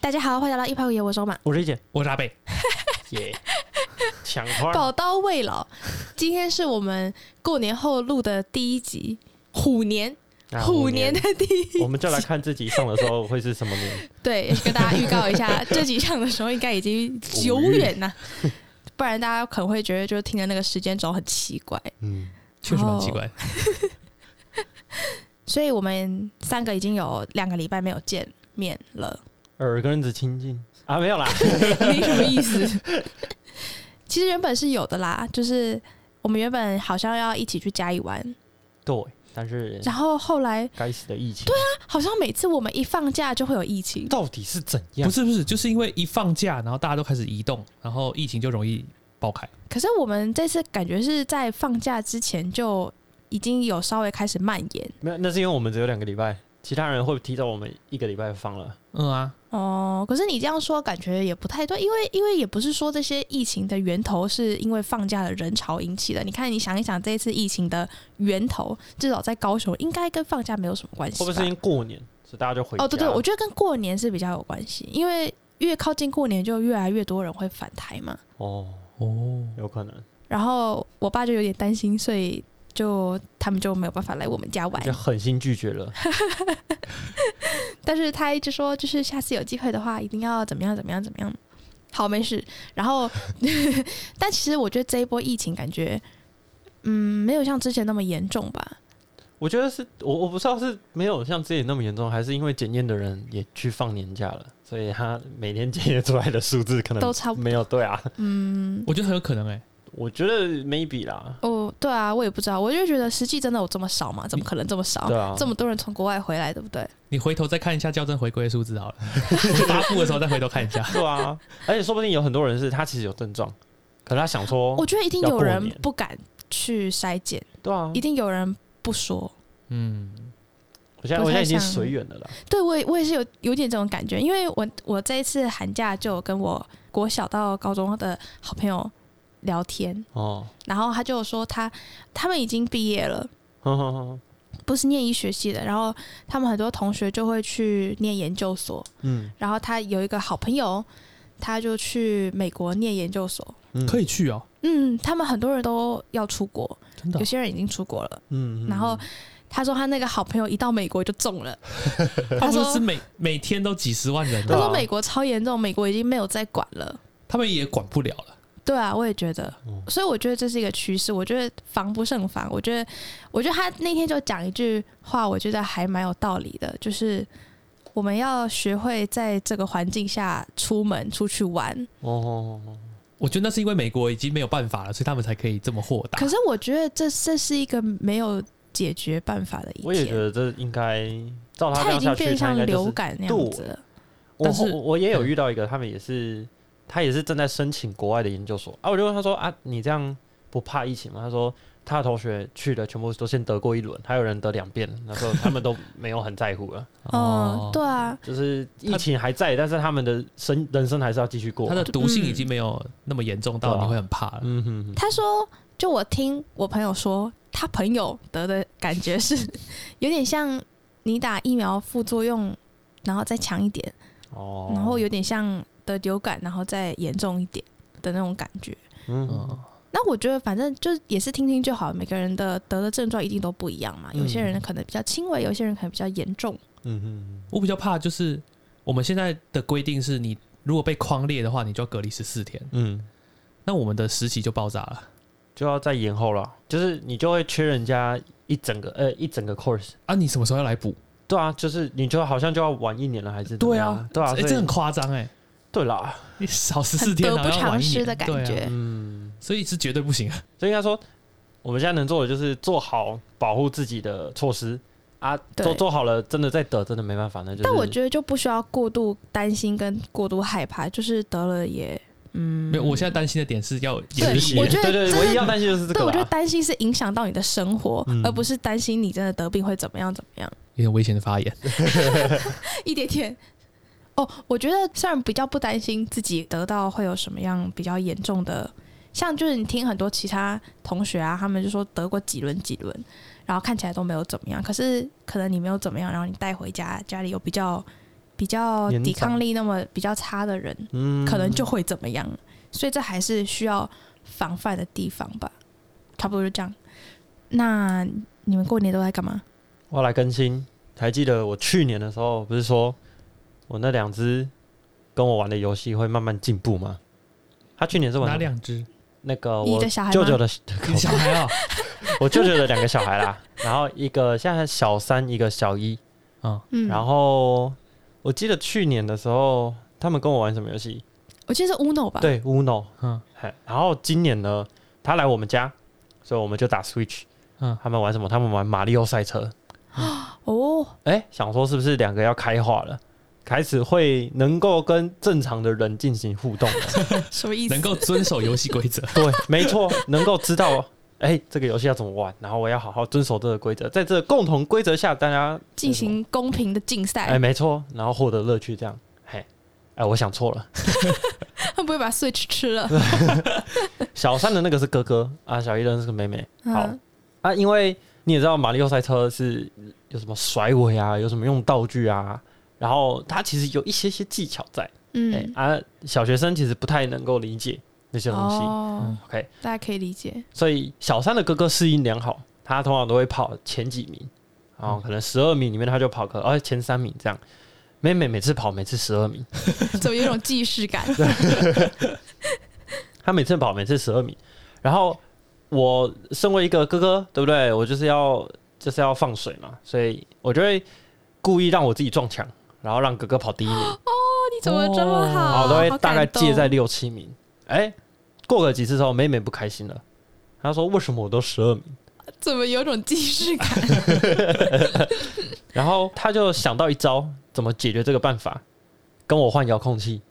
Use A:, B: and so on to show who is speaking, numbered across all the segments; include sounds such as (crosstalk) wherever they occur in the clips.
A: 大家好，欢迎来到一拍五爷，我是欧马，
B: 我是一姐，
C: 我是阿贝，
B: 耶，抢花
A: 宝刀未老。今天是我们过年后录的第一集，虎年，
B: 啊
A: 虎年的第一集。
B: 我们就来看自己上的时候会是什么年。
A: 对，跟大家预告一下，这集上的时候应该已经久远了，不然大家可能会觉得就是听的那个时间轴很奇怪。
B: 嗯，
C: 确实蛮奇
A: 哦
C: 怪。
A: 所以我们三个已经有两个礼拜没有见面了，
B: (laughs)
A: (laughs)
B: 耳根子清净啊，没有啦，
A: 没什么意思。其实原本是有的啦，就是我们原本好像要一起去嘉义玩，
B: 对，但是
A: 然后后来
B: 该死的疫情，对啊，
A: 好像每次我们一放假就会有疫情，
B: 到底是怎样？
C: 不是不是，就是因为一放假，然后大家都开始移动，然后疫情就容易爆开。
A: 可是我们这次感觉是在放假之前就已经有稍微开始蔓延
B: 没有，那是因为我们只有两个礼拜，其他人会提早我们一个礼拜放了。
C: 嗯啊，
A: 哦。可是你这样说感觉也不太对，因为因为也不是说这些疫情的源头是因为放假的人潮引起的。你看，你想一想这一次疫情的源头，至少在高雄应该跟放假没有什么关系
B: 会不
A: 吧
B: 会是因为过年，所以大家就回家？
A: 哦，对对，我觉得跟过年是比较有关系，因为越靠近过年就越来越多人会返台嘛。
B: 哦，
C: 哦，
B: 有可能，
A: 然后我爸就有点担心，所以就他们就没有办法来我们家玩
B: 就。狠心拒绝了。
A: 但是他一直说，就是下次有机会的话，一定要怎么样怎么样怎么样。好，没事。然后，但其实我觉得这一波疫情感觉，嗯，没有像之前那么严重吧。
B: 我觉得是我我不知道是没有像之前那么严重，还是因为检验的人也去放年假了，所以他每年检验出来的数字可能
A: 都差不多
B: 没有对啊。
A: 嗯，
C: 我觉得很有可能哎、
B: 我觉得 maybe 啦，
A: 哦，对啊，我也不知道，我就觉得实际真的有这么少吗？怎么可能这么少？
B: 对啊
A: 这么多人从国外回来，对不对？
C: 你回头再看一下校正回归的数字 (laughs) 好了，我发布的时候再回头看一下。
B: 对啊，而且说不定有很多人是他其实有症状，可是他想说
A: 我，觉得一定
B: 哦要
A: 有
B: 过
A: 人
B: 年
A: 不敢去筛检，
B: 对啊
A: 一，定有人不说。
C: 嗯，
B: 我现在
A: 不
B: 我
A: 太
B: 现在已经
A: 想
B: 随缘了啦，
A: 对我也我也是有有点这种感觉，因为我我这一次寒假就有跟我国小到高中的好朋友聊天，
B: 哦，
A: 然后他就说他他们已经毕业了，
B: 哼哼哼
A: 不是念医学系的，然后他们很多同学就会去念研究所，
B: 嗯
A: 然后他有一个好朋友，他就去美国念研究所。
B: 嗯，
C: (laughs) 可
B: 以，
C: 以去哦，
A: 嗯，他们很多人都要出国，
C: 真的
A: 有些人已经出国了。
B: 啊嗯
A: 然后他说他那个好朋友一到美国就中了，
C: 哦。他
A: 他说
C: 们是每每天都几十万人
A: 他
B: 对
C: 哦，
A: 说
B: 啊
A: 美国超严重，美国已经没有在管了。
C: 他们也管不了了。
A: 对啊，我也觉得
B: 嗯，
A: 所以我觉得这是一个趋势。我觉得防不胜防。我觉得，我觉得他那天就讲一句话，我觉得还蛮有道理的，就是我们要学会在这个环境下出门出去玩。
B: 哦哦，哦
C: 我觉得那是因为美国已经没有办法了，所以他们才可以这么豁
B: 啊
C: 达
A: 可。是我觉得这这是一个没有解决办法的一
B: 我也觉
A: 天，
B: 得这应该照他
A: 它
B: 这
A: 已
B: 样
A: 经
B: 下去，
A: 变
B: 他应
A: 像
B: 该就
A: 流
B: 是
A: 感那
B: 对
A: 样子了。
B: 我
C: 但是
B: 我我也有
C: 嗯
B: 遇到一个，他们也是，他也是正在申请国外的研究所啊。我就问他说啊，你这样不怕疫情吗？他说他的同学去的全部都先得过一轮，还有人得两遍，那时候他们都没有很在乎了，
C: 哦
A: 嗯，对啊，
B: 就是疫情还在，但是他们的生人生还是要继续过
A: 啊
C: 他。的毒
A: 嗯
C: 性已经没有那么严重到
B: 嗯
C: 你会很怕了。
B: 嗯哼哼，
A: 他说，就我听我朋友说，他朋友得的感觉是 (laughs) 有点像你打疫苗副作用，然后再强一点，
B: 哦，
A: 然后有点像得流感，然后再严重一点的那种感觉。
B: 嗯哼
C: 嗯，
A: 那我觉得反正就也是听听就好，每个人的得的症状一定都不一样嘛。
B: 嗯
A: 有些人可能比较轻微，有些人可能比较严重。
B: 嗯哼
C: 我比较怕就是我们现在的规定是你如果被框列的话，你就要隔离十四天，
B: 嗯，
C: 那我们的实习就爆炸了
B: 就要再延后了，就是你就会缺人家一整个呃一整个 course。
C: 啊！你什么时候要来补？
B: 对啊，就是你就好像就要晚一年了，还是怎么样对啊，
C: 哎、
B: 所以
C: 这很夸张哎，
B: 对啦，
C: 你少十
A: 很
C: 四天
A: 得
C: 然后
A: 不
C: 要晚
A: 偿
C: 一
A: 失
C: 年
A: 的感
C: 对啊
A: 觉，
B: 嗯。
C: 所以是绝对不行啊。
B: 所以应该说，我们现在能做的就是做好保护自己的措施啊，
A: 对
B: 做做好了，真的再得，真的没办法，那就是。
A: 但我觉得就不需要过度担心跟过度害怕，就是得了也嗯，
C: 没有，我现在担心的点是要
A: 对
C: 延期
A: 我觉得
B: 对
A: 真
B: 对对，
A: 的
B: 唯一要担心就是这
A: 对，
B: 个
A: 我觉得
B: 啦。
A: 担心是影响到你的生活，
B: 嗯
A: 而不是担心你真的得病会怎么样怎么样。
C: 有点危 (laughs) 险的发言。
A: 一点点。哦，我觉得虽然比较不担心自己得到会有什么样比较严重的，像就是你听很多其他同学啊，他们就说得过几轮几轮，然后看起来都没有怎么样，可是可能你没有怎么样，然后你带回家，家里有比较比较
B: 年长
A: 抵抗力那么比较差的人，
B: 嗯，
A: 可能就会怎么样。所以这还是需要防范的地方吧，差不多就这样。那你们过年都在干嘛？
B: 我要来更新。还记得我去年的时候，不是说我那两只跟我玩的游戏会慢慢进步吗？他去年是玩
C: 哪
B: 什么
C: 两只？
B: 那个
A: 你
B: 我
A: 的小孩吗
B: 舅舅的
C: (laughs) 你小孩啊？
B: 我舅舅的两个小孩啦，然后一个现在小三，一个小一。
C: 啊，
A: 嗯，
B: 然后我记得去年的时候，他们跟我玩什么游戏？
A: 我记得是 Uno 吧？，
B: 对，Uno。
C: 嗯
B: 嘿然后今年呢，他来我们家，所以我们就打 Switch。
C: 嗯
B: 他们玩什么？他们玩马里奥赛车。
A: 哦，
B: 哎、想说是不是两个要开化了？开始会能够跟正常的人进行互动了，
A: 什么意思
C: 能？够遵守游戏规则，
B: (laughs) 对，没错，能够知道，哎、这个游戏要怎么玩，然后我要好好遵守这个规则，在这个共同规则下，大家
A: 进行公平的竞
B: 哎、
A: 赛，
B: 没错，然后获得乐趣，这样，嘿，哎、我想错了， (laughs)
A: 他不会把 Switch 吃了。
B: 哎小三的那个是哥哥啊，小一的那是个妹妹。好、
A: 嗯
B: 啊，因为你也知道马里奥赛车是有什么甩尾啊，有什么用道具啊，然后它其实有一些些技巧在，哎
A: 嗯，
B: 啊，小学生其实不太能够理解那些东西。嗯
A: 哦，
B: OK，
A: 大家可以理解。
B: 所以小三的哥哥适应良好，他通常都会跑前几名，然
A: 嗯
B: 后可能十二名里面他就跑个，而、且前三名这样。妹妹每次跑每次十二名，
A: 怎么有一种既视
B: (laughs)
A: 感？
B: 他每次跑每次十二米，然后我身为一个哥哥，对不对？我就是要就是要放水嘛，所以我就会故意让我自己撞墙，然后让哥哥跑第一名，
A: 你怎么这么好？
B: 然后我都会大概
A: 借
B: 借在六七名。哎、过个几次之后，妹妹不开心了，她说：“为什么我都十二名
A: 怎么有种既视
B: (laughs)
A: 感？？”
B: 然后她就想到一招，怎么解决这个办法，跟我换遥控器。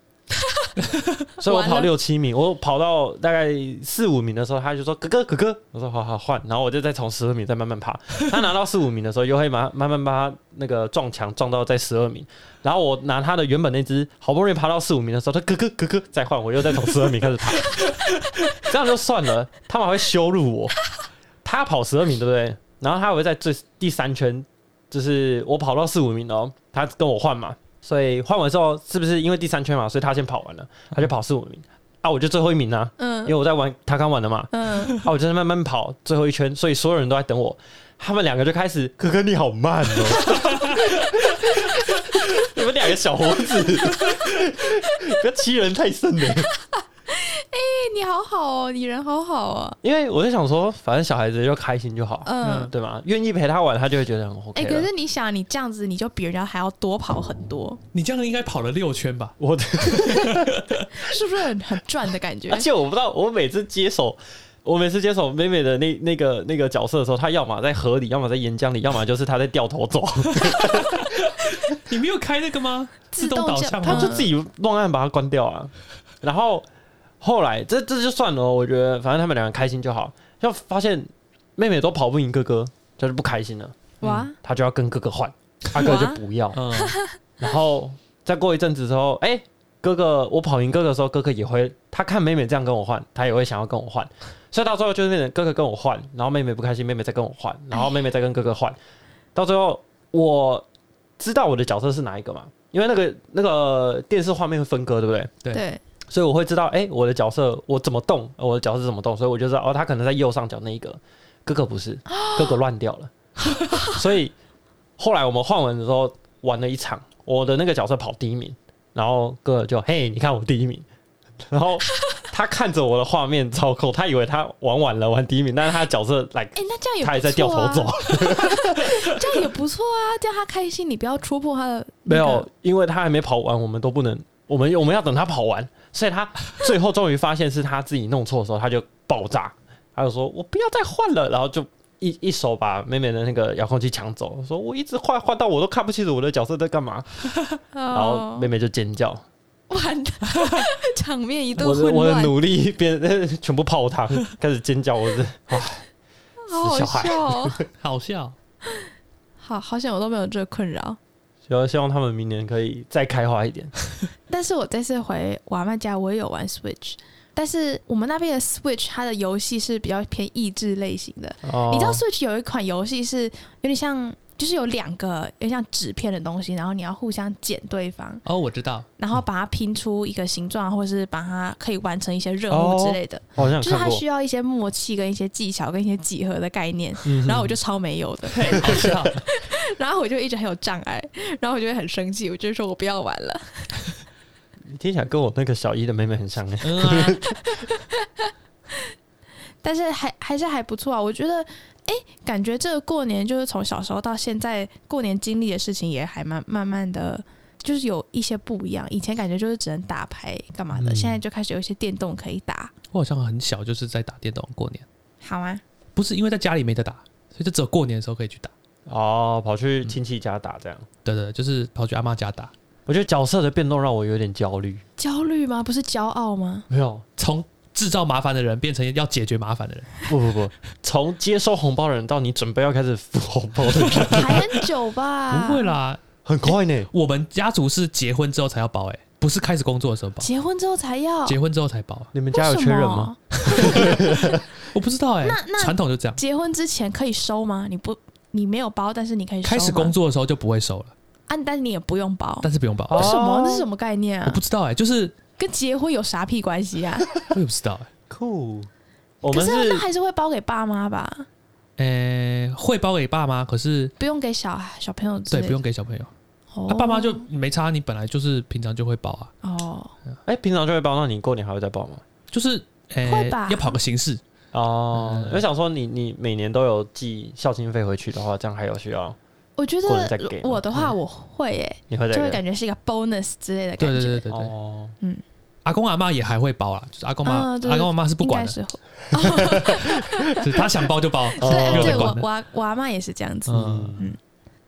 B: 所以我跑
A: 完了
B: 六七名，我跑到大概四五名的时候，他就说：“哥哥，哥哥。”我说：“好好换。”然后我就再从十二名再慢慢爬。他拿到四五名的时候，又会慢慢慢把他那个撞墙撞到在十二名。然后我拿他的原本那只，好不容易爬到四五名的时候，他咯咯咯咯再换，我又再从十二名开始爬。这样就算了，他们还会羞辱我。他跑十二名，对不对？然后他还会在最第三圈，就是我跑到四五名哦，他跟我换嘛。所以换完之后，是不是因为第三圈嘛，所以他先跑完了，他就跑四五名啊，我就最后一名啊，因
A: 嗯
B: 为我在玩他刚玩的嘛，
A: 嗯，
B: 啊，我就是慢慢跑最后一圈，所以所有人都在等我。他们两个就开始，哥哥你好慢
A: (laughs)
B: 哦，你们两个小猴子，不要欺人太甚了。
A: 哎，你好好哦，你人好好哦。
B: 因为我就想说，反正小孩子就开心就好，
A: 嗯，
B: 对吗？愿意陪他玩，他就会觉得很 OK
A: 哎，
B: 了。
A: 可是你想，你这样子，你就比人家还要多跑很 (laughs) 多，
C: 你这样应该跑了六圈吧？
B: 我的，
A: 是不是很很赚的 (laughs) 感觉
B: 而？且我不知道，我每次接手。我每次接手美美的那那个那个角色的时候，她要么在河里，要么在岩浆里，要么就是她在掉头走，
C: 你没有开那个吗？
A: 自
C: 自
A: 动
C: 动导向
A: 降
B: 她
C: 吗
A: (laughs) 嗯？
B: 就自己乱按把它关掉啊。然后后来这这就算了哦，我觉得反正他们两个开心就好。就发现妹妹都跑不赢哥哥，她就不开心了，
A: 哇，
B: 她就要跟哥哥换，她哥哥就不要。
C: 嗯，
B: 然后再过一阵子之后，哎、哥哥，我跑赢哥哥的时候，哥哥也会，他看妹妹这样跟我换，他也会想要跟我换，所以到最后就是变成哥哥跟我换，然后妹妹不开心，妹妹再跟我换，然后妹妹再跟哥哥换，到最后我知道我的角色是哪一个嘛，因为那个那个电视画面会分割，对不对？
C: 对
A: 对，
B: 所以我会知道，哎、我的角色我怎么动，呃我的角色怎么动，所以我就知道，哦，他可能在右上角那一个，哥哥
A: (gasps)
B: 不是，哥哥乱掉了。所以后来我们换完的时候玩了一场，我的那个角色跑第一名，然后哥哥就嘿，你看我第一名，然后他看着我的画面操控，他以为他玩完了玩第一名，但是他的角色来。
A: 哎，那这样也不错啊
B: 他也在掉头走，，
A: (laughs) 这样也不错啊，这样他开心，你不要戳破他的
B: 没
A: 那个哦
B: 有，因为他还没跑完，我们都不能，我们我们要等他跑完，所以他最后终于发现是他自己弄错的时候，他就爆炸，他就说我不要再换了，然后就一一手把妹妹的那个遥控器抢走，说我一直换换到我都看不清楚我的角色在干嘛，然后
A: 哦
B: 妹妹就尖叫，
A: 完蛋， (laughs) 场面一顿
B: 我的
A: 混
B: 我的
A: 乱，
B: 努力变呃全部泡汤，开始尖叫，我是
A: 好
B: 哇，死
A: 好
B: 小孩，
A: 笑哦。
C: 好笑。
A: (laughs) 好好险，我都没有这个困扰。
B: 希望希望他们明年可以再开花一点，
A: 但是我这次回我阿妈家，我也有玩 Switch，但是我们那边的 Switch 它的游戏是比较偏益智类型的。
B: 哦
A: 你知道 Switch 有一款游戏是有点像就是有两个有点像纸片的东西，然后你要互相剪对方，
C: 哦，我知道，
A: 然后把它拼出一个形状，或是把它可以完成一些任务之类的。
B: 哦我好像有
A: 就是
B: 看
A: 它
B: 过
A: 需。要一些默契、跟一些技巧、跟一些几何的概念。
B: 嗯哼
A: 然后我就超没有的， (laughs)
C: 嘿，好笑，
A: 然后我就一直很有障碍，然后我就会很生气，我就说我不要玩了。
B: 听起来跟我那个小一的妹妹很像欸
C: 嗯啊，
A: 但是还还是还不错啊，我觉得，哎、感觉这个过年就是从小时候到现在，过年经历的事情也还蛮慢慢的，就是有一些不一样。以前感觉就是只能打牌干嘛的，
B: 嗯
A: 现在就开始有一些电动可以打，
C: 我好像很小就是在打电动过年，
A: 好吗？
C: 不是因为在家里没得打，所以就只有过年的时候可以去打。
B: 哦，跑去亲戚家打这样。
C: 对对，对就是跑去阿妈家打，
B: 我觉得角色的变动让我有点焦虑。
A: 焦虑吗？不是骄傲吗？
B: 没有，
C: 从制造麻烦的人变成要解决麻烦的人。
B: 不不不， (laughs) 从接收红包的人到你准备要开始付红包的人，
A: 还很久吧？
C: 不会，啦，
B: 很快呢。
C: 我们家族是结婚之后才要包、欸，不是开始工作的时候包，
A: 结婚之后才要。
C: 结婚之后才包。
B: 你们
A: 为
B: 家有
A: 什
B: 缺人
A: 么
B: 吗？？
C: 我不知道哎、
A: 那那
C: 传统就这样，
A: 结婚之前可以收吗？你不，你没有包，但是你可以收
C: 开始
A: 吗
C: 工作的时候就不会收了，
A: 啊，但你也不用包。
C: 但是不用包。
B: 哦
A: 为什么？这是什么概念
C: 我
A: 啊
C: 不？知道哎、就是
A: 跟结婚有啥屁关系啊？
C: 我也不知道哎、
B: 酷，我
A: 可
B: 们
A: 是那
B: 是
A: 还是会包给爸妈吧，
C: 欸会包给爸妈，可是
A: 不用给小孩小朋友之
C: 对
A: 类的。
C: 不用给小朋友，
A: 哦
C: 那、爸妈就没差，你本来就是平常就会包啊，
A: 哦，
B: 哎，平常就会包，那你过年还会再包吗？
C: 就是欸
A: 会吧
C: 要跑个形式，
B: 哦，
C: 嗯
B: 我想说你你每年都有寄孝心费回去的话，这样还有需要，
A: 我觉
B: 过年再给
A: 得
B: 嘛
A: 我的话
C: 嗯
A: 我会诶、
B: 你会再
A: 就会
B: 给
A: 感觉是一个 bonus 之类的感
C: 对
A: 觉，
C: 对对对对，
B: 哦，
C: 阿公阿妈也还会包啦，就是阿公妈、
A: 嗯对对
C: 阿公阿妈是不
A: 应
C: 管哦
A: 该
C: 的，
A: 是会。
C: 就是他想包就包，
B: 哦
A: (laughs) 对
C: 没有
A: 对，
C: 在
A: 我
C: 管的
A: 我阿我阿妈也是这样子。
C: 嗯
B: 嗯，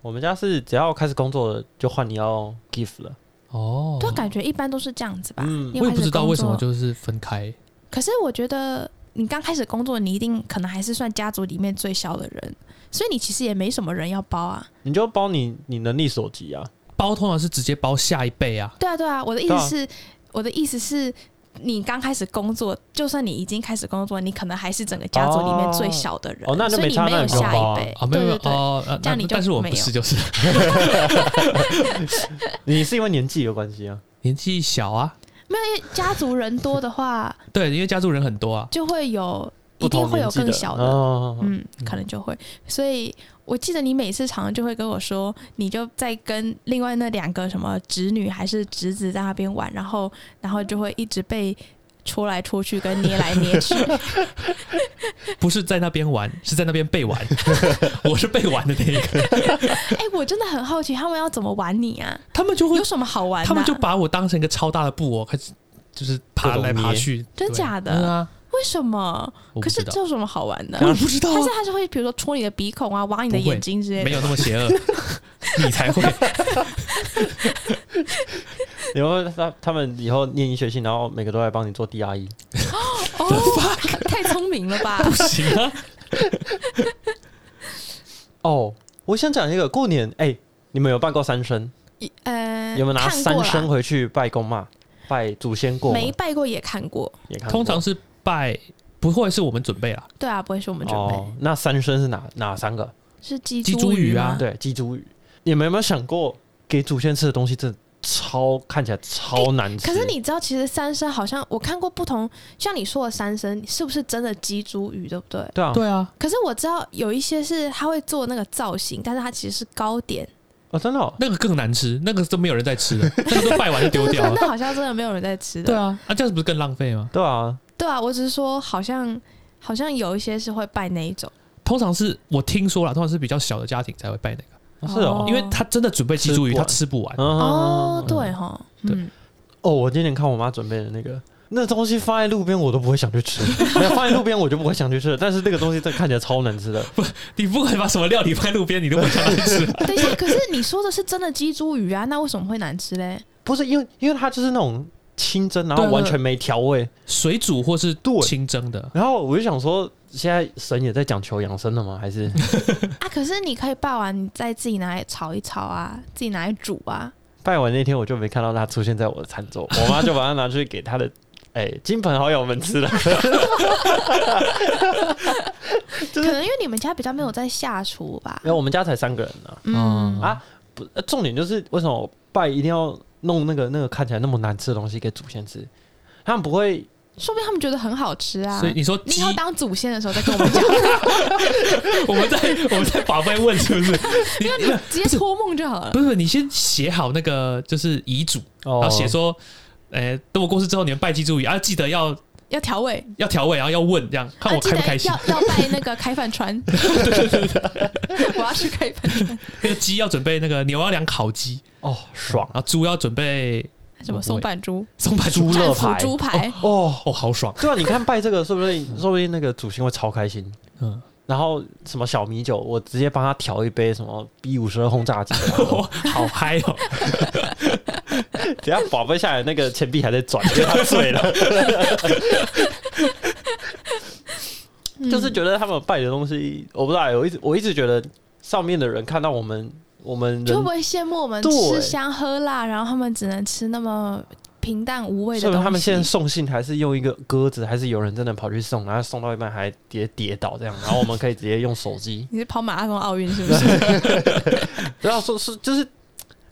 B: 我们家是只要开始工作就换你要 gift 了，
C: 哦，
A: 就啊感觉一般都是这样子吧。
B: 嗯
A: 你
C: 我也
A: 开
C: 不
A: 始
C: 知道为什么
A: 工作，
C: 就是分开，
A: 可是我觉得你刚开始工作，你一定可能还是算家族里面最小的人，所以你其实也没什么人要包啊。
B: 你就包你你能力所及啊。
C: 包通常是直接包下一辈啊，
A: 对啊，对啊，我的意
B: 对啊
A: 思是，我的意思是。你刚开始工作，就算你已经开始工作，你可能还是整个家族里面最小的人，
B: 哦哦那就
A: 所以
B: 没
A: 你
B: 差
A: 没
B: 那
A: 有
B: 你不用
A: 下
B: 包
A: 一
B: 啊
A: 辈。
C: 啊，没有
A: 对
C: 没
A: 对
C: 有
A: 对，
C: 哦，啊
A: 这样
C: 那
A: 你就
C: 但是我
A: 没
C: 不
A: 有
C: 是就是 (laughs)
B: 你是因为年纪有关系啊？
C: 年纪小啊，
A: 家族人多的话，
C: 对，因为家族人很
A: (laughs)
C: 多啊，
A: 就会有
B: 不
A: 一定
B: 同
A: 会
B: 年
A: 有
B: 纪
A: 更
B: 的
A: 小的，
B: 哦，
A: 嗯，可能就会。所以我记得你每次常常就会跟我说，你就在跟另外那两个什么侄女还是侄子在那边玩，然后然后就会一直被戳来戳去跟捏来捏
B: (laughs)
A: 去。
C: 不是在那边玩，是在那边被玩， (laughs) 我是被玩的那一
A: (laughs)
C: 个，
A: 哎、我真的很好奇他们要怎么玩你啊？
C: 他们就会
A: 有，什么好玩的啊、
C: 他们就把我当成一个超大的布偶，开始就是爬来爬去，
A: 真
C: 对
A: 假的
C: 嗯啊，
A: 为什么？
C: 我不
A: 可是
C: 知道
A: 这，有什么好玩的？
C: 我也不知道啊
A: 但是他就会比如说戳你的鼻孔啊，挖你的
C: 不会
A: 眼睛之类
C: 没
A: 的。
C: 有那么
A: (laughs)
C: 邪恶，你才会，
B: 然后他他们以后念医学系，然后每个都来帮你做 E DRE，
A: 哦， (laughs) 太聪明了吧？
C: 不行啊，
B: 哦，我想讲一个过年，哎、你们有拜过三生？
A: 一呃，
B: 有没有拿
A: 看过
B: 三
A: 啦
B: 生回去拜公妈、拜祖先过吗？
A: 没拜过也看过，
B: 也看过
C: 通常是拜，不会是我们准备啊，
A: 对啊，不会是我们准备、
B: 哦，那三生是哪哪三个？
A: 是鸡
C: 鸡猪
A: 鱼
C: 鱼
A: 吗
C: 啊
B: 对，鸡猪鱼。你们有没有想过，给祖先吃的东西真的超看起来超难吃？
A: 哎可是你知道，其实三生好像我看过不同，像你说的三生是不是真的鸡猪鱼，对不对？
B: 对啊，
C: 对啊，
A: 可是我知道有一些是他会做那个造型，但是它其实是糕点，
B: 哦，真的、哦，
C: 那个更难吃，那个都没有人在吃了，那个都拜完就丢
A: 对对
C: 掉
A: (laughs) 对，
C: 了。
A: 那好像真的没有人在吃的。
C: 对啊，啊，这样子不是更浪费吗？
B: 对啊，
A: 对啊，我只是说好像好像有一些是会拜那一种，
C: 通常是我听说了，通常是比较小的家庭才会拜那个，
B: 哦是哦
A: 哦，
C: 因为他真的准备鸡猪鱼，
B: 吃不
C: 他
B: 完
C: 吃不完。
B: 嗯
A: 哦，，对哈，
C: 对
A: 嗯，
B: 哦，我今年看我妈准备的那个。那东西放在路边我都不会想去吃， (laughs) 没有放在路边我就不会想去吃了。但是那个东西真的看起来超难吃的，
C: 你不管把什么料理放在路边，你都不想去
B: (laughs)
C: 吃。
A: 等一下，可是你说的是真的鸡猪鱼啊，那为什么会难吃嘞？
B: 不是因为因为它就是那种清蒸，然后
C: 对啊
B: 完全没调味，
C: 水煮或是
B: 对
C: 清蒸的，
B: 然后我就想说，现在神也在讲求养生了吗？还 (laughs) 是
A: 啊，可是你可以拜完，你再自己拿来炒一炒啊，自己拿来煮啊。
B: 拜完那天我就没看到他出现在我的餐桌，我妈就把它拿去给她的哎、金盆好友们吃了，
C: 嗯
A: 可能因为你们家比较没有在下厨吧
B: 因为。我们家才三个人呢、
A: 嗯，
B: 啊，不，呃重点就是为什么我拜一定要弄那个那个看起来那么难吃的东西给祖先吃？他们不会，
A: 说不定他们觉得很好吃啊
C: 所。以你说
A: 你
C: 鸡
A: 以，后当祖先的啊时候再跟我们讲，
C: (laughs) 我们在我们在把妹问是
A: (laughs)
C: 不是？ (laughs) 你
A: 因为你直接托梦就好了
C: 不。是，不是你先写好那个就是遗嘱，
B: 哦
C: 然后写说，哎，等我过世之后你们拜祭注意啊，记得要
A: 要调味，
C: 要调味，然后要问这样，看我
A: 啊记
C: 开
A: 得
C: 不开心。
A: 要要拜那个开饭
C: (laughs)
A: 川，我要去开饭川，
C: 那个鸡要准备那个牛要两烤鸡，
B: 哦，爽
C: 然后猪要准备
A: 什么松板猪、
C: 松板
B: 猪
A: 战
B: 肋
A: 斧
B: 排，
A: 猪排，
B: 哦，
C: 哦，好爽，
B: 对啊，你看拜这个，说不定 (laughs) 说不定那个祖先会超开心。
C: 嗯，
B: 然后什么小米酒，我直接帮他调一杯什么 B 五十二轰炸机，
C: 哇 (laughs) 好嗨哦，
B: (laughs) 等一下宝贝下来，那个钱币还在 (laughs) 转，因为他醉了。
A: 嗯
B: 就是觉得他们拜的东西，我不知道欸，我一直我一直觉得上面的人看到我们我们
A: 就会
B: 人
A: 不，会羡慕我们
B: 对
A: 吃香喝辣，然后他们只能吃那么平淡无味的
B: 说
A: 东
B: 明
A: 西？，
B: 他们现在送信还是用一个鸽子，还是有人真的跑去送，然后送到一半还跌跌倒这样，然后我们可以直接用手机
A: (laughs) 你是跑马拉松奥运是不
B: (laughs)
A: 是？
B: 然后说是就是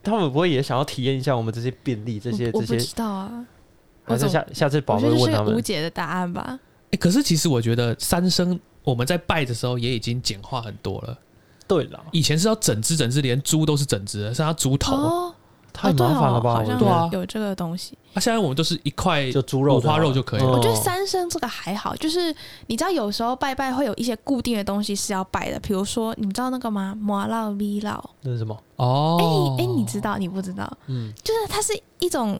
B: 他们不会也想要体验一下我们这些便利，这些
A: 我
B: 这
A: 我不
B: 些，
A: 知道啊，
B: 还是
A: 我怎
B: 下下次宝
A: 我觉
B: 贝
A: 得这
B: 问
A: 是
B: 他
A: 个无
B: 们，
A: 解的答案吧。
C: 欸可是其实我觉得三生我们在拜的时候也已经简化很多了。
B: 对了，
C: 以前是要整只整只，连猪都是整只的，是它猪头。
A: 哦，
B: 太麻烦了吧？
A: 哦
B: 我
A: 对
B: 觉
A: 哦
B: 得
A: 好
C: 啊
A: 像有这个东西。
C: 啊，现在我们都是一块
B: 就猪肉
C: 五花
B: 好
C: 肉就可以了
A: 我觉得
B: 嗯
A: 三生这个还好，就是你知道有时候拜拜会有一些固定的东西是要拜的，比如说你们知道那个吗？麻辣米烙，
B: 那是什么？
A: 哎
C: 哦
A: 你。哎，你知？道你不知道？
B: 嗯，
A: 就是它是一种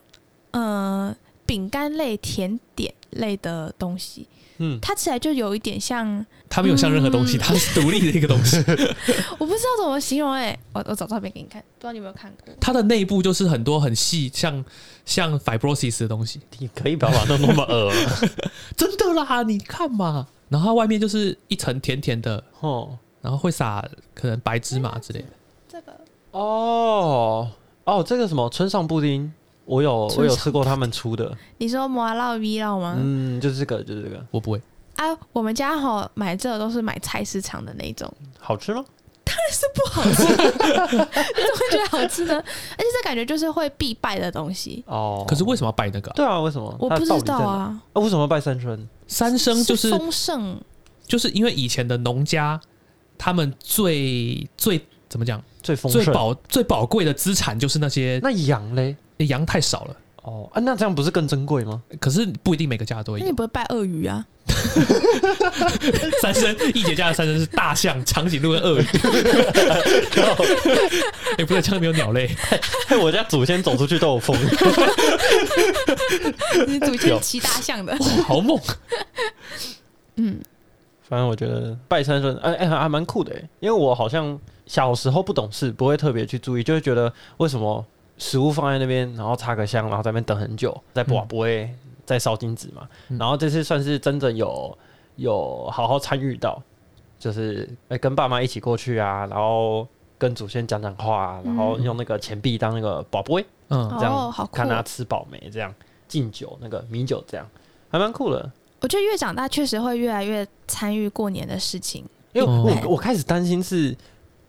A: 呃饼干类、甜点类的东西，
B: 嗯，
A: 它吃起来就有一点像，
C: 它没有像任何东西，
A: 嗯
C: 它是独立的一个东西。
A: 我不知道怎么形容哎、我我找照片给你看，不知道你有没有看过？
C: 它的内部就是很多很细，像像 fibrosis 的东西。
B: 你可以不要 (laughs) 把它弄那么恶
C: 真的啦，你看嘛。然后它外面就是一层甜甜的，
B: 哦
C: 然后会撒可能白芝麻之类的。
A: 这个
B: 哦哦，这个什么村上布丁，我有我
A: 村
B: 有
A: 上
B: 吃过他们出的，
A: 你说麻辣米烙吗？
B: 嗯，就是这个就是这个，
C: 我不会，
A: 啊，我们家吼买这个都是买菜市场的那种， (laughs)
B: 好吃吗？
A: 不好吃，你怎么会觉得好吃呢？而且这感觉就是会必败的东西，
B: 哦，
C: 可是为什么要拜那个啊、
B: 对啊，为什么？
A: 我
B: 它
A: 不
B: 的
A: 知
B: 道理
A: 道
B: 在哪，
A: 啊。
B: 啊，为什么要拜三春？
C: 三生就是
A: 丰盛，
C: 就是因为以前的农家，他们最最怎么讲？
B: 最丰
C: 最
B: 盛，
C: 宝最宝贵的资产就是那些
B: 那羊嘞？
C: 羊太少了，
B: 哦啊，那这样不是更珍贵吗？
C: 可是不一定每个家都
A: 那
C: 有
A: 你。不会拜鳄鱼啊？ (laughs)
C: 三生一姐家的三生是大象、长颈鹿跟
B: (laughs)
C: 鳄鱼。哎、不对，这样没有
B: (laughs)
C: 鸟类。
B: 嘿， (laughs) 我家祖先走出去都有 (laughs) 风，
A: 你祖先骑大象的， (laughs)
C: 哇，哦好猛！
A: 嗯，
B: 反正我觉得拜三春，哎、哎，还还蛮酷的哎，因为我好像小时候不懂事，不会特别去注意，就会觉得为什么食物放在那边，然后插个香，然后在那边等很久，再不不
A: 嗯
B: 会再烧金纸嘛。
C: 嗯
B: 然后这次算是真正有有好好参与到，就是哎、跟爸妈一起过去啊，然后跟祖先讲讲话、啊，然后
A: 嗯
B: 用那个钱币当那个宝贝，
C: 嗯，
B: 这样、
A: 哦，好酷
B: 看
A: 哦！
B: 他吃饱没，这样敬酒那个米酒这样，还蛮酷的。
A: 我觉得越长大确实会越来越参与过年的事情。
B: 因为
C: 哦
B: 我、我开始担心是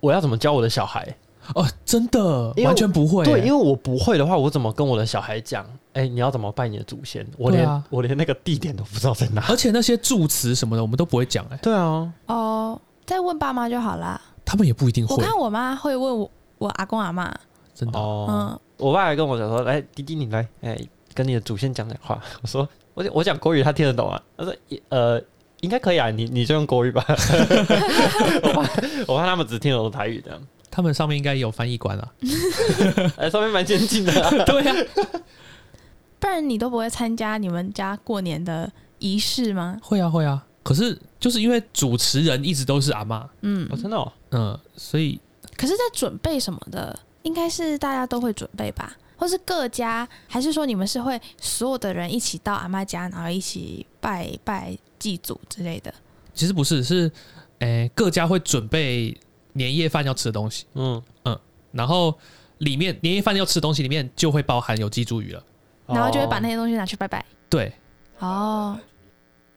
B: 我要怎么教我的小孩，
C: 哦，真的
B: 因为
C: 完全不会、
B: 对，因为
C: 为
B: 我不会的话，我怎么跟我的小孩讲？哎、你要怎么拜你的祖先？我连、
C: 对啊
B: 我连那个地点都不知道在哪。
C: (laughs) 而且那些祝词什么的，我们都不会讲、哎，
B: 对啊，
A: 哦，再问爸妈就好啦。
C: 他们也不一定
A: 我
C: 会，
A: 看我妈会问我，我阿公阿妈，
C: 真的。
B: 哦，
A: 嗯，
B: 我爸还跟我讲说，来，弟弟你来，哎、跟你的祖先讲讲话。 (laughs) 我说，我讲我讲国语，他听得懂啊。他说，呃，应该可以啊，你你就用国语吧。 (laughs) 我怕我怕他们只听得懂台语这样。
C: 他们上面应该有翻译官
B: (laughs)
C: 啊。
B: 哎、上面蛮先进的、啊。 (laughs)
C: 对呀、
A: 不然你都不会参加你们家过年的仪式吗？
C: 会啊会啊。可是就是因为主持人一直都是阿妈，
A: 嗯
B: 哦，，真的哦，
C: 嗯，所以
A: 可是，在准备什么的，应该是大家都会准备吧，或是各家，还是说你们是会所有的人一起到阿妈家，然后一起拜拜祭祖之类的？
C: 其实不是，是诶、各家会准备年夜饭要吃的东西，
B: 嗯，
C: 然后里面年夜饭要吃的东西里面就会包含有鸡猪鱼了。
B: 哦
A: 然后就会把那些东西拿去拜拜。
C: 对，
A: 哦。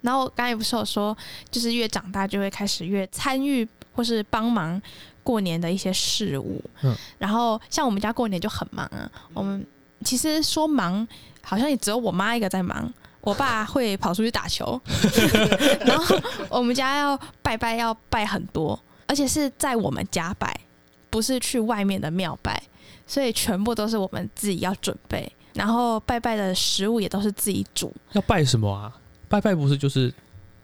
A: 然后我刚才不是有说，就是越长大就会开始越参与或是帮忙过年的一些事务。
C: 嗯
A: 然后像我们家过年就很忙啊，我们其实说忙，好像也只有我妈一个在忙。我爸会跑出去打球，然后我们家要拜拜要拜很多，而且是在我们家拜，不是去外面的庙拜，所以全部都是我们自己要准备，然后拜拜的食物也都是自己煮，
C: 要拜什么啊？拜拜不是就是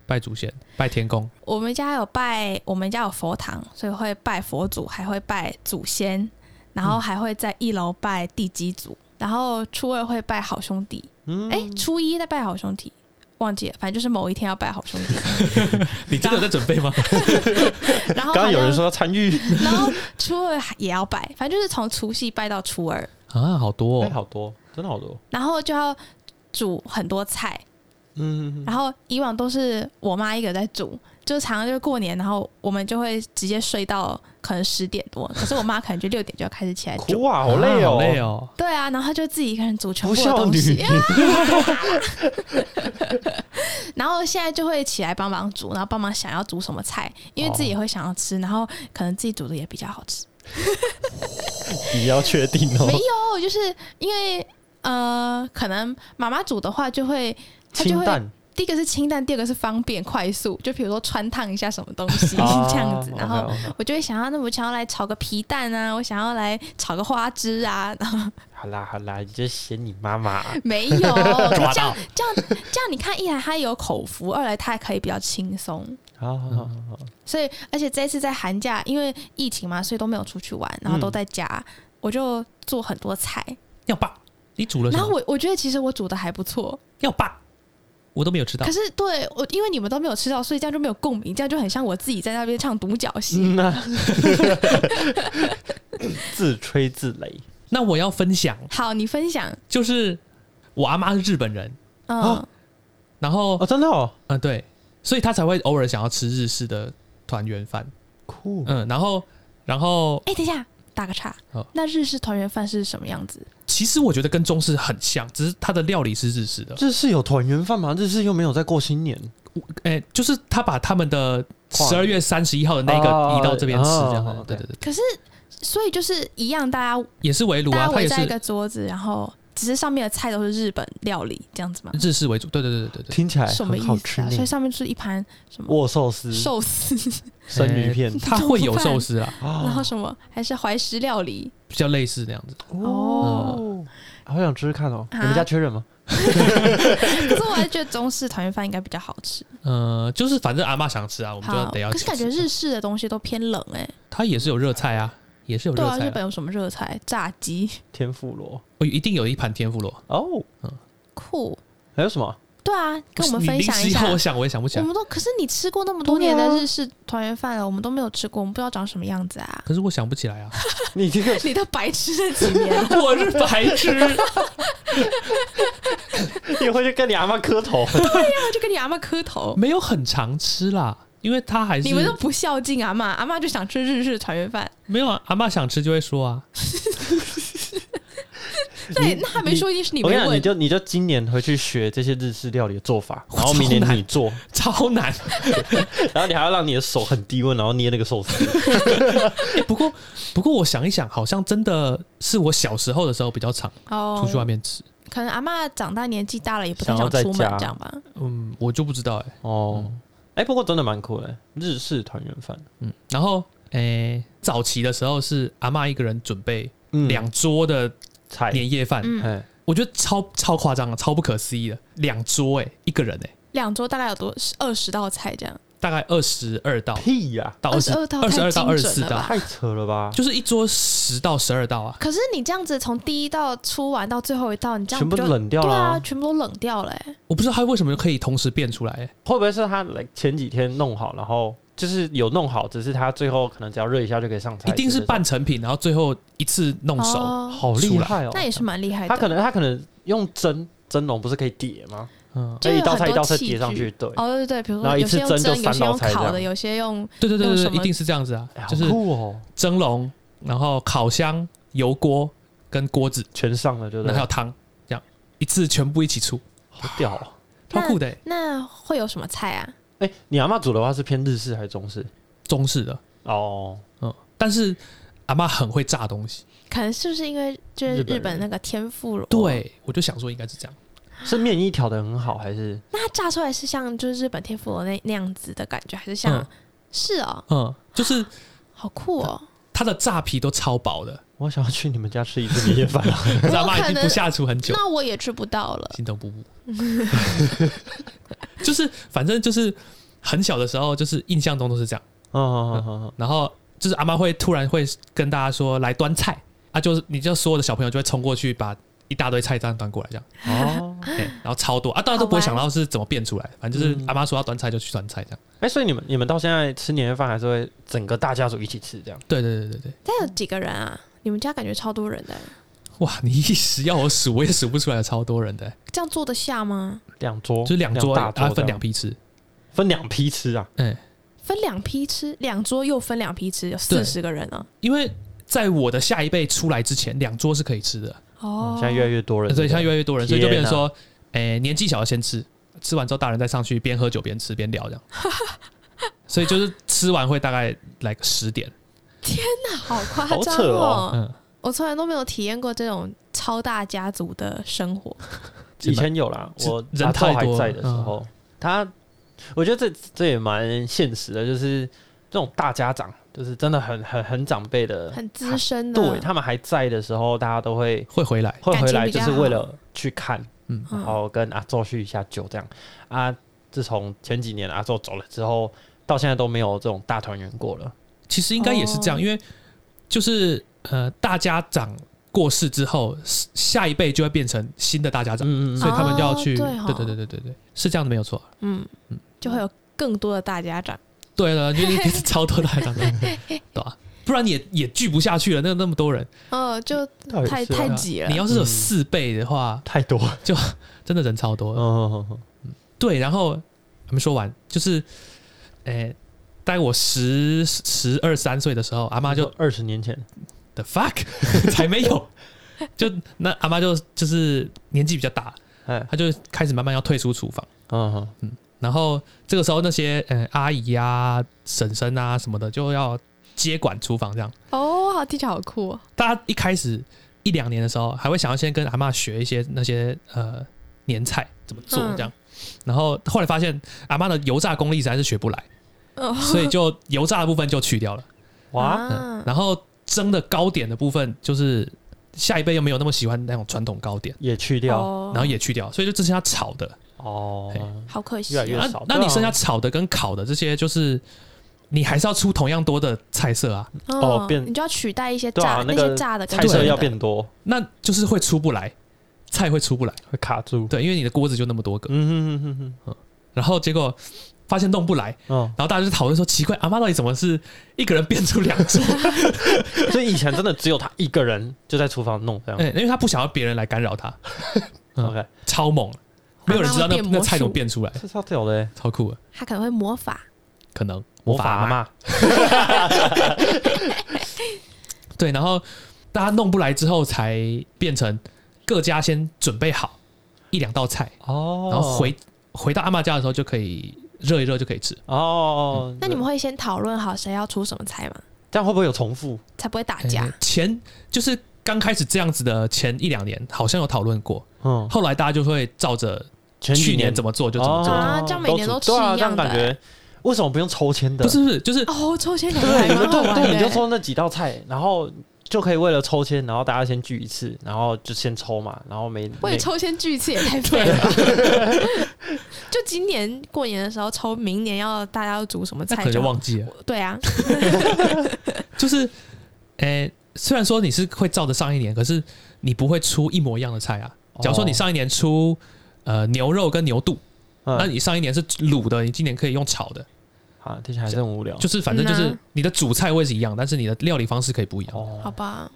C: 拜祖先、拜
B: (laughs)
C: 天公？
A: 我们家有拜，我们家有佛堂，所以会拜佛祖，还会拜祖先，然后还会在一楼拜地基祖，然后初二会拜好兄弟，
B: 嗯，
A: 哎、初一再拜好兄弟，忘记了，反正就是某一天要拜好兄
B: (laughs)
A: 弟。
C: 你真的有在准备吗？
A: 然后
B: 刚刚有人
A: 好像，
B: 说要参与，
A: 然后初二也要拜，反正就是从除夕拜到初二，
C: 啊，好多
B: 哎
C: 哦！
B: 好多，真的好多，
A: 然后就要煮很多菜，
B: 嗯，
A: 然后以往都是我妈一个在煮，就常常就过年，然后我们就会直接睡到可能十点多，可是我妈可能就六点就要开始起来
B: 哭
A: 煮。
B: 啊，好累
C: 啊好
B: 哦，
C: 累哦！
A: 对啊，然后她就自己一个人煮全
B: 不
A: 部的
B: 孝
A: 东西
B: 女，
A: 啊 (laughs) 然后现在就会起来帮忙煮，然后帮忙想要煮什么菜，因为自己也会想要吃，然后可能自己煮的也比较好吃。
B: 你要确定哦
A: 没，有，就是因为呃，可能妈妈煮的话就会，她就
B: 清
A: 会
B: 淡
A: 第一个是清淡，第二个是方便快速，就比如说穿烫一下什么东西
B: (laughs) 啊
A: (laughs) 这样子，然后
B: OK，OK
A: 我就会想要，那我想要来炒个皮蛋啊，我想要来炒个花枝啊，然后
B: 好啦好啦，你就嫌你
A: (laughs)
B: 妈妈，啊
A: 没
C: (laughs)
A: 有这样这样
C: 抓到
A: 这样，你看，一来他有口福，二来他还可以比较轻松。
B: 好好好好好，
A: 所以，而且这一次在寒假，因为疫情嘛，所以都没有出去玩，然后都在家，
C: 嗯
A: 我就做很多菜。
C: 要爸，你煮了什
A: 然后
C: 么？
A: 我我觉得其实我煮的还不错，
C: 要爸，我都没有吃到
A: 可。是对我，因为你们都没有吃到，所以这样就没有共鸣，这样就很像我自己在那边唱独角戏。
B: 嗯呐， (laughs) 自吹自擂，
C: 那我要分享，
A: 好，你分享，
C: 就是我阿妈是日本人，
A: 嗯，
B: 哦
C: 然后
B: 哦，真的哦，
C: 嗯对，所以她才会偶尔想要吃日式的团圆饭。
B: 酷，
C: 嗯，然后然后
A: 哎、等一下，打个岔
C: 好。
A: 那日式团圆饭是什么样子？
C: 其实我觉得跟中式很像，只是它的料理是日式的。
B: 日式有团圆饭吗？日式又没有在过新年，
C: 哎、就是他把他们的
B: 跨
C: 十二月三十一号的那个
B: 哦
C: 移到这边吃，这样子、
B: 哦
C: 对
B: OK
C: 对对，
A: 可是，所以就是一样，大家
C: 也是围炉
A: 大
C: 啊
A: 家，
C: 它
A: 围
C: 也
A: 在一
C: 是
A: 个桌子，然后只是上面的菜都是日本料理这样子吗？
C: 日式为主，对对对对对
B: 听起来
A: 什么
B: 很
A: 意
B: 好吃
A: 思、啊？
B: 呢
A: 所以。上面就是一盘什么
B: 握寿司、
A: 寿司，
B: 生鱼片
C: 对，它哎会有寿司啦，
A: 然后
B: 啊，
A: 什么还是怀石料理？
C: 比较类似那样子。
A: 哦，
B: 好想吃吃看哦！你
A: 啊
B: 们家缺人吗？
C: 哦
A: 可是我还觉得中式团圆饭应该比较好吃。
C: 呃，就是反正阿妈想吃啊，我们就
A: 好，
C: 得要
A: 可
C: 去
A: 是
C: 吃。
A: 感觉日式的东西都偏冷哎、
C: 它也是有热菜啊，也是有
A: 对
C: 热
A: 啊，
C: 菜
A: 日
C: 啊、
A: 本有什么热菜？炸鸡，
B: 天妇罗
C: 哦，一定有一盘天妇罗。
B: 哦，
A: 酷。
B: 还有什么？
A: 对啊，跟我们
C: 你
A: 分
C: 临
A: 享
C: 时
A: 一下
C: 要。我想我啊也想不起
A: 我
C: 来。。
A: 们都可是你吃过那么多年的日式团圆饭了，我们都没有吃过，我们不知道长什么样子啊 (laughs)
C: 可是我想不起来啊， (laughs)
B: 你这个 (laughs)
A: 你都白吃了几年了， (laughs)
C: 我是白痴。
B: 你会去跟你阿妈磕头？
A: 我就跟你阿妈磕头。
C: 没有很常吃啦，因为他还是
A: 你们都不孝敬阿妈，阿妈就想吃日式团圆饭。
C: 没有啊。阿妈想吃就会说啊，
A: 对，那还没说一定是你
B: 我
A: 没
B: 跟你讲，你
A: 问。
B: 就你就今年回去学这些日式料理的做
A: (laughs)
B: 法，
C: 我
B: 然后明年
C: 超难
B: 你做，
C: 超难。
B: (laughs) 然后你还要让你的手很低温，然后捏那个寿司。
A: (laughs)
C: 欸不过不过我想一想，好像真的是我小时候的时候比较常
A: 哦
C: 出去外面吃。
A: 可能阿妈长大年纪大了，也不太
B: 想要
A: 想
B: 在
A: 出门
B: 家
A: 这样吧。
C: 嗯，我就不知道哎、
B: 哦，哎，不过真的蛮酷的，日式团圆饭，
C: 嗯，然后哎、欸早期的时候是阿嬷一个人准备
B: 嗯
C: 两桌的
B: 菜，
C: 年夜饭，
A: 嗯，
B: 哎，
C: 我觉得超超夸张的，啊超不可思议的，两桌哎、一个人哎、
A: 两桌大概有多二十道菜这样，
C: 大概二十二道
B: 屁呀，
C: 到二十
A: 22道
C: 二十二到
A: 太
C: 二
A: 精准
C: 十四
A: 了吧
C: 道，
B: 太扯了吧！
C: 就是一桌十到十二道啊。
A: 可是你这样子从第一道出完到最后一道，你这样
B: 全部
A: 不就
B: 冷掉了
A: 对
B: 啊
A: 啊，全部都冷掉了、欸。
C: 我不知道他为什么可以同时变出来、欸，
B: 会不会是他来前几天弄好，然后就是有弄好，只是他最后可能只要热一下就可以上菜？
C: 一定是半成品，然后最后一次弄熟。
A: 哦
B: 好厉害哦！
A: 那也是蛮厉害的。
B: 他可能他可能用蒸蒸笼不是可以叠吗？
C: 嗯，
A: 就
B: 那
A: 有
B: 一道菜
A: 很
B: 一
A: 多
B: 道菜
A: 器
B: 叠上去，
A: 具
B: 对，
A: 哦，对对，比如说
B: 然后一
A: 有
B: 次
A: 些用
B: 蒸就
A: 蒸，有
B: 三
A: 些
B: 道
A: 用
B: 菜这
A: 烤的，
B: 样
A: 有些用
C: 对对对
A: 用
C: 对
A: 什
C: 对，
A: 么
C: 一定是这样子啊
B: 哎，好
C: 就是
B: 酷哦，
C: 蒸笼，然后烤箱、油锅跟锅子，
B: 全上了，对不
C: 然后还有
B: 对？
C: 汤，这样一次全部一起出。
B: 好屌哦！
C: 超酷的欸、
A: 那会有什么菜啊？
B: 哎、你阿妈煮的话是偏日式还是中式？
C: 中式的，
B: 哦，
C: 嗯，但是阿妈很会炸东西，
A: 可能是不是因为就是
B: 日本
A: 日
B: 人
A: 本那个天妇罗？，
C: 对我就想说应该是这样，
B: 是面衣调的很好，还是
A: 那它炸出来是像就是日本天妇罗那那样子的感觉，还是像、
C: 嗯
A: 是哦，
C: 嗯，就是
A: 好酷哦！
B: 嗯
C: 它的炸皮都超薄的，
B: 我想要去你们家吃一次年夜饭
C: (laughs)
B: 啊？
C: 可是阿妈已
A: 可
C: 经
A: 能
C: 不下厨很久，
A: 那我也吃不到了。
C: 心疼不不， (laughs) 就是反正就是很小的时候，就是印象中都是这样。
B: 嗯嗯嗯嗯
C: 然后就是阿妈会突然会跟大家说来端菜啊，就是你就所有的小朋友就会冲过去把一大堆菜这样端过来这样，
B: 嗯，哦，
C: 对，然后超多啊，大家都不会想到是怎么变出来，反正就是
B: 嗯
C: 阿妈说要端菜就去端菜这样。
B: 哎、所以你们你们到现在吃年夜饭还是会整个大家族一起吃这样？
C: 对对对对对，
A: 但有几个人啊？你们家感觉超多人的，
C: 哇，你一时要我数我也数不出来，超多人的、欸
A: 这样坐得下吗？
B: 两桌
C: 就是两桌，
B: 大
C: 然
B: 桌
C: 后分
B: 这
C: 两
B: 样
C: 批吃，
B: 分两批吃啊？
A: 分两批吃，两桌又分两批吃，有四十个人哦呢、
C: 因为。在我的下一辈出来之前，两桌是可以吃的，
A: 哦，
B: 嗯现在越来越多人，
C: 所以现在越来越多人，所以就变
B: 天
C: 成
B: 哪
C: 说，诶、年纪小的先吃，吃完之后大人再上去边喝酒边吃边聊
A: (laughs)
C: 这样。所以就是吃完会大概来个十点，
A: 那好夸
B: 好
A: 张
B: 扯
A: 哦！
B: 哦
C: 嗯，
A: 我从来都没有体验过这种超大家族的生活。
B: 以前有啦，
C: 是
B: 我
C: 人
B: 阿
C: 太
B: 赵还
C: 多了嗯
B: 在的时候，他我觉得这这也蛮现实的，就是这种大家长，就是真的很很很长辈的，
A: 很资深的，
B: 嗯对他们还在的时候，大家都会
C: 会回来，
B: 会
A: 嗯感
B: 回
A: 情
B: 来，
A: 比
B: 就
A: 较
B: 是为
A: 好
B: 了去看，
C: 嗯，
A: 嗯
B: 然后跟阿宙叙一下酒这样。啊，自从前几年阿宙走了之后，到现在都没有这种大团圆过了。
C: 其实应该也是这样，
A: 哦
C: 因为就是呃，大家长过世之后，是下一辈就会变成新的大家长，
B: 嗯
C: 所以他们就要去，
A: 哦对哦
C: 对对对对对对，是这样的，没有错。
A: 嗯，就会有更多的大家长。
C: 对了，因为一定是超多大家长，
A: (laughs)
C: 对吧？不然也也聚不下去了，那那么多人，
A: 哦，就
B: 到底
A: 太
B: 是
A: 太
C: 对啊
A: 挤了
C: 你要是有
B: 嗯
C: 四辈的话，
B: 太多了。
C: 真的人超多。
B: 嗯，
C: 对，然后还没说完，就是，诶、大概我十十二三岁的时候，阿妈
B: 那
C: 就
B: 就二十年前，
C: the fuck (laughs) 才没有，就那阿妈就就是年纪比较大，
B: 哎，
C: 她就开始慢慢要退出厨房。
B: 嗯
C: 然后这个时候，那些呃阿姨啊、婶婶啊什么的，就要接管厨房这样。
A: 哦，好听起来好酷、哦。
C: 大家一开始一两年的时候，还会想要先跟阿妈学一些那些呃年菜怎么做这样。然后后来发现阿妈的油炸功力实在是学不来，
A: 哦，
C: 所以就油炸的部分就去掉了。
B: 哇，
C: 嗯
A: 啊，
C: 然后蒸的糕点的部分，就是下一辈又没有那么喜欢那种传统糕点，
B: 也去掉
A: 哦
C: 然后也去掉，所以就只剩下炒的。
B: 哦，
A: 好可惜、
B: 越来越
A: 哦。
C: 那
B: 少
C: 那你
B: 对啊
C: 剩下炒的跟烤的这些，就是你还是要出同样多的菜色啊，
B: 哦变
A: 嗯你就要取代一些
B: 对
A: 炸、
B: 啊那
A: 些
B: 个
A: 炸的跟
B: 菜
A: 生
B: 色
A: 的
B: 要变多，
C: 那就是会出不来，菜会出不来。
B: 会卡住。
C: 对，因为你的锅子就那么多个，
B: 嗯哼嗯哼哼
C: 然后结果发现弄不来，
B: 哼，
C: 然后大家就讨论说奇怪，阿妈到底怎么是一个人变出两
B: (laughs)
C: 桌？
B: 嗯，所以以前真的只有他一个人就在厨房弄这样。
C: 嗯，因为他不想要别人来干扰他，嗯
B: OK，
C: 超猛，没有人知道那
A: 阿嬷会变
C: 那
A: 魔
C: 菜怎么
A: 术
C: 变出来，
B: 这超屌的欸，
C: 超酷的，
A: 他可能会魔法。
C: 可能
B: 魔法
C: 阿嬷
B: 阿妈，
C: 对，然后大家弄不来之后，才变成各家先准备好一两道菜，
B: 哦
C: 然后回、回到阿嬷家的时候就可以热一热就可以吃。
B: 哦，
A: 那你们会先讨论好谁要出什么菜吗？
B: 这样会不会有重复？
A: 才不会打架
B: 哎
C: 呃。前就是刚开始这样子的前一两年，好像有讨论过，
B: 嗯，
C: 后来大家就会照着
B: 前几
C: 去年
B: 年
C: 怎么做就怎么做。
A: 哦啊这样每年都
B: 煮对啊
A: 吃一样
B: 这
A: 的
B: 感觉为什么不用抽签的？
C: 不是不是，就是
A: 哦，抽签两个还
B: 对，你就
A: 蛮好
B: 对
A: 玩
B: 对，你就
A: 的。
B: 抽那几道菜，然后就可以为了抽签，然后大家先聚一次，然后就先抽嘛，然后每
A: 为
B: 每
A: 了抽签聚一次也太废了吧！ (laughs) 就今年过年的时候抽，明年要大家要煮什么
C: 那可
A: 菜
C: 能就
A: 就好
C: 忘记了。
A: 对啊，
C: 就是，诶、虽然说你是会照着上一年，可是你不会出一模一样的菜啊。假
B: 哦
C: 如说你上一年出呃牛肉跟牛肚，
B: 嗯
C: 那你上一年是卤的，你今年可以用炒的。
B: 啊，听起来还是很无聊。
C: 就是反正就是
A: 嗯
C: 你的主菜会是一样，但是你的料理方式可以不一样。
A: 好
B: 哦，
A: 吧，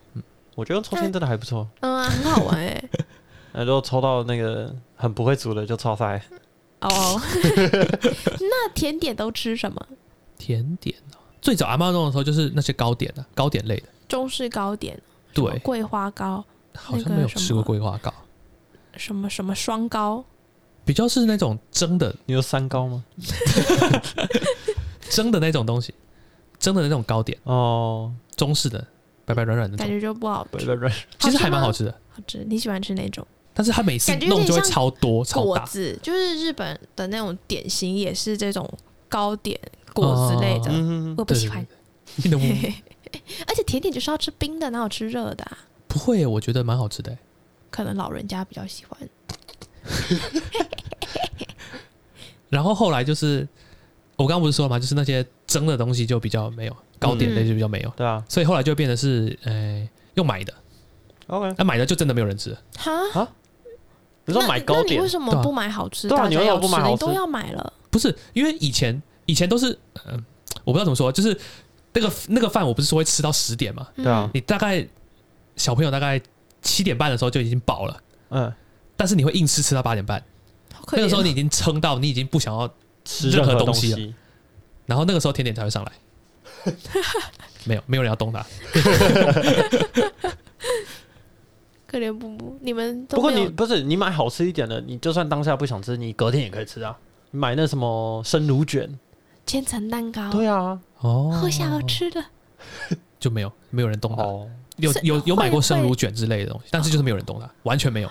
B: 我觉得抽签真的还不错。
A: 嗯啊，很好玩哎、
B: (laughs) 那如果抽到那个很不会煮的，就超塞。
A: 哦， (laughs) 那甜点都吃什么？
C: 甜点、哦，最早阿妈弄的时候就是那些糕点啊，糕点类的。
A: 中式糕点，
B: 哎
C: 对，
A: 桂花糕，
C: 好
A: 那
C: 像
A: 个
C: 没有
A: 什
C: 吃过
A: 么
C: 桂花糕。
A: 什么什么双糕，
C: 比较是那种蒸的
B: 你有三高吗？
C: 蒸的那种东西，蒸的那种糕点，
B: 哦，
C: 中式的白白软软的那
A: 感
C: 种，
A: 觉就不好
B: 不
A: 吃。
B: 不不，
C: 其实还蛮
A: 吗
C: 好吃的。
A: 好吃，你喜欢吃哪种
C: 但是它每次
A: 感觉有
C: 弄
A: 点
C: 就会
A: 像
C: 超多超
A: 果
C: 大，
A: 子？就是日本的那种点心，也是这种糕点、果子类的，
B: 嗯，
A: 我不喜欢。
C: 你懂吗？
A: (laughs) 而且甜点就是要吃冰的，哪有吃热的、啊？
C: 不会耶，我觉得蛮好吃的耶。欸
A: 可能老人家比较喜欢。
C: 然后后来就是我刚刚不是说了嘛，就是那些蒸的东西就比较没有，糕点类就比较没有，
B: 对啊
C: 所以后来就变得是呃用买的，
B: ，OK，
C: 那、买的就真的没有人吃了。
A: 哈，
B: 你说
A: 那
B: 买糕
A: 那你
B: 点
A: 为，什么
C: 对啊
A: 不买好吃的？
B: 对啊
A: 大
B: 你
A: 家
B: 为什么
A: 有
B: 不买
A: 吃的
B: 好
A: 你都
B: 吃
A: 要买了。
C: 不是因为以前以前都是嗯、我不知道怎么说，就是那个那个饭我不是说会吃到十点嘛，
A: 对
B: 对啊
C: 你大概小朋友大概七点半的时候就已经饱了，
B: 嗯，
C: 但是你会硬吃吃到八点半，
A: 好可
C: 那个时
A: 怜
C: 候
A: 哦
C: 你已经撑到你已经不想要，
B: 吃
C: 任何
B: 任何
C: 东
B: 东
C: 西啊
B: 西，
C: 然后那个时候甜点才会上来。没有，没有人要
A: (laughs)
C: 动它。
A: 可怜布布，你们都
B: 不过
A: 没有
B: 你不是你买好吃一点的，你就算当下不想吃，你隔天也可以吃啊。你买那什么生乳卷，
A: 千层蛋糕，
B: 对啊，
C: 哦，
A: 喝下要吃的，
C: 就没有，没有人动它。
B: 哦，
C: 有
A: 是
C: 有有买过
A: 会
C: 生
A: 会哦
C: 乳卷之类的东西，但是就是没有人动它，完全没有。。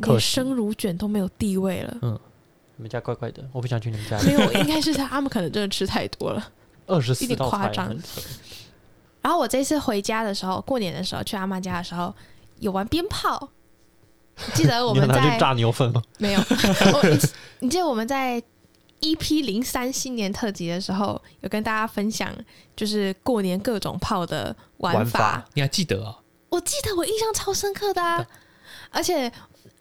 B: 可
A: 连
B: 惜
A: 生乳卷都没有地位了
B: (laughs) 你们家怪怪的，我不想去你们家。
A: 没有，应该是他们可能真的吃太多了。
B: 二十
A: 有
B: 四
A: 点
B: 道
A: 夸
B: 菜
A: 张
B: 很扯，
A: 然后我这次回家的时候，过年的时候去阿妈家的时候，有玩鞭炮。
B: (laughs)
A: 记得哦我
B: 你
A: 们
B: 很难
A: 在
B: 去炸牛粪吗？
A: 没
B: (laughs)
A: 有，我你你记得我们在 EP 零三新年特辑的时候，有跟大家分享，就是过年各种炮的玩
B: 玩法
C: 你还记得啊？
A: 我记得我印象超深刻的啊，而且。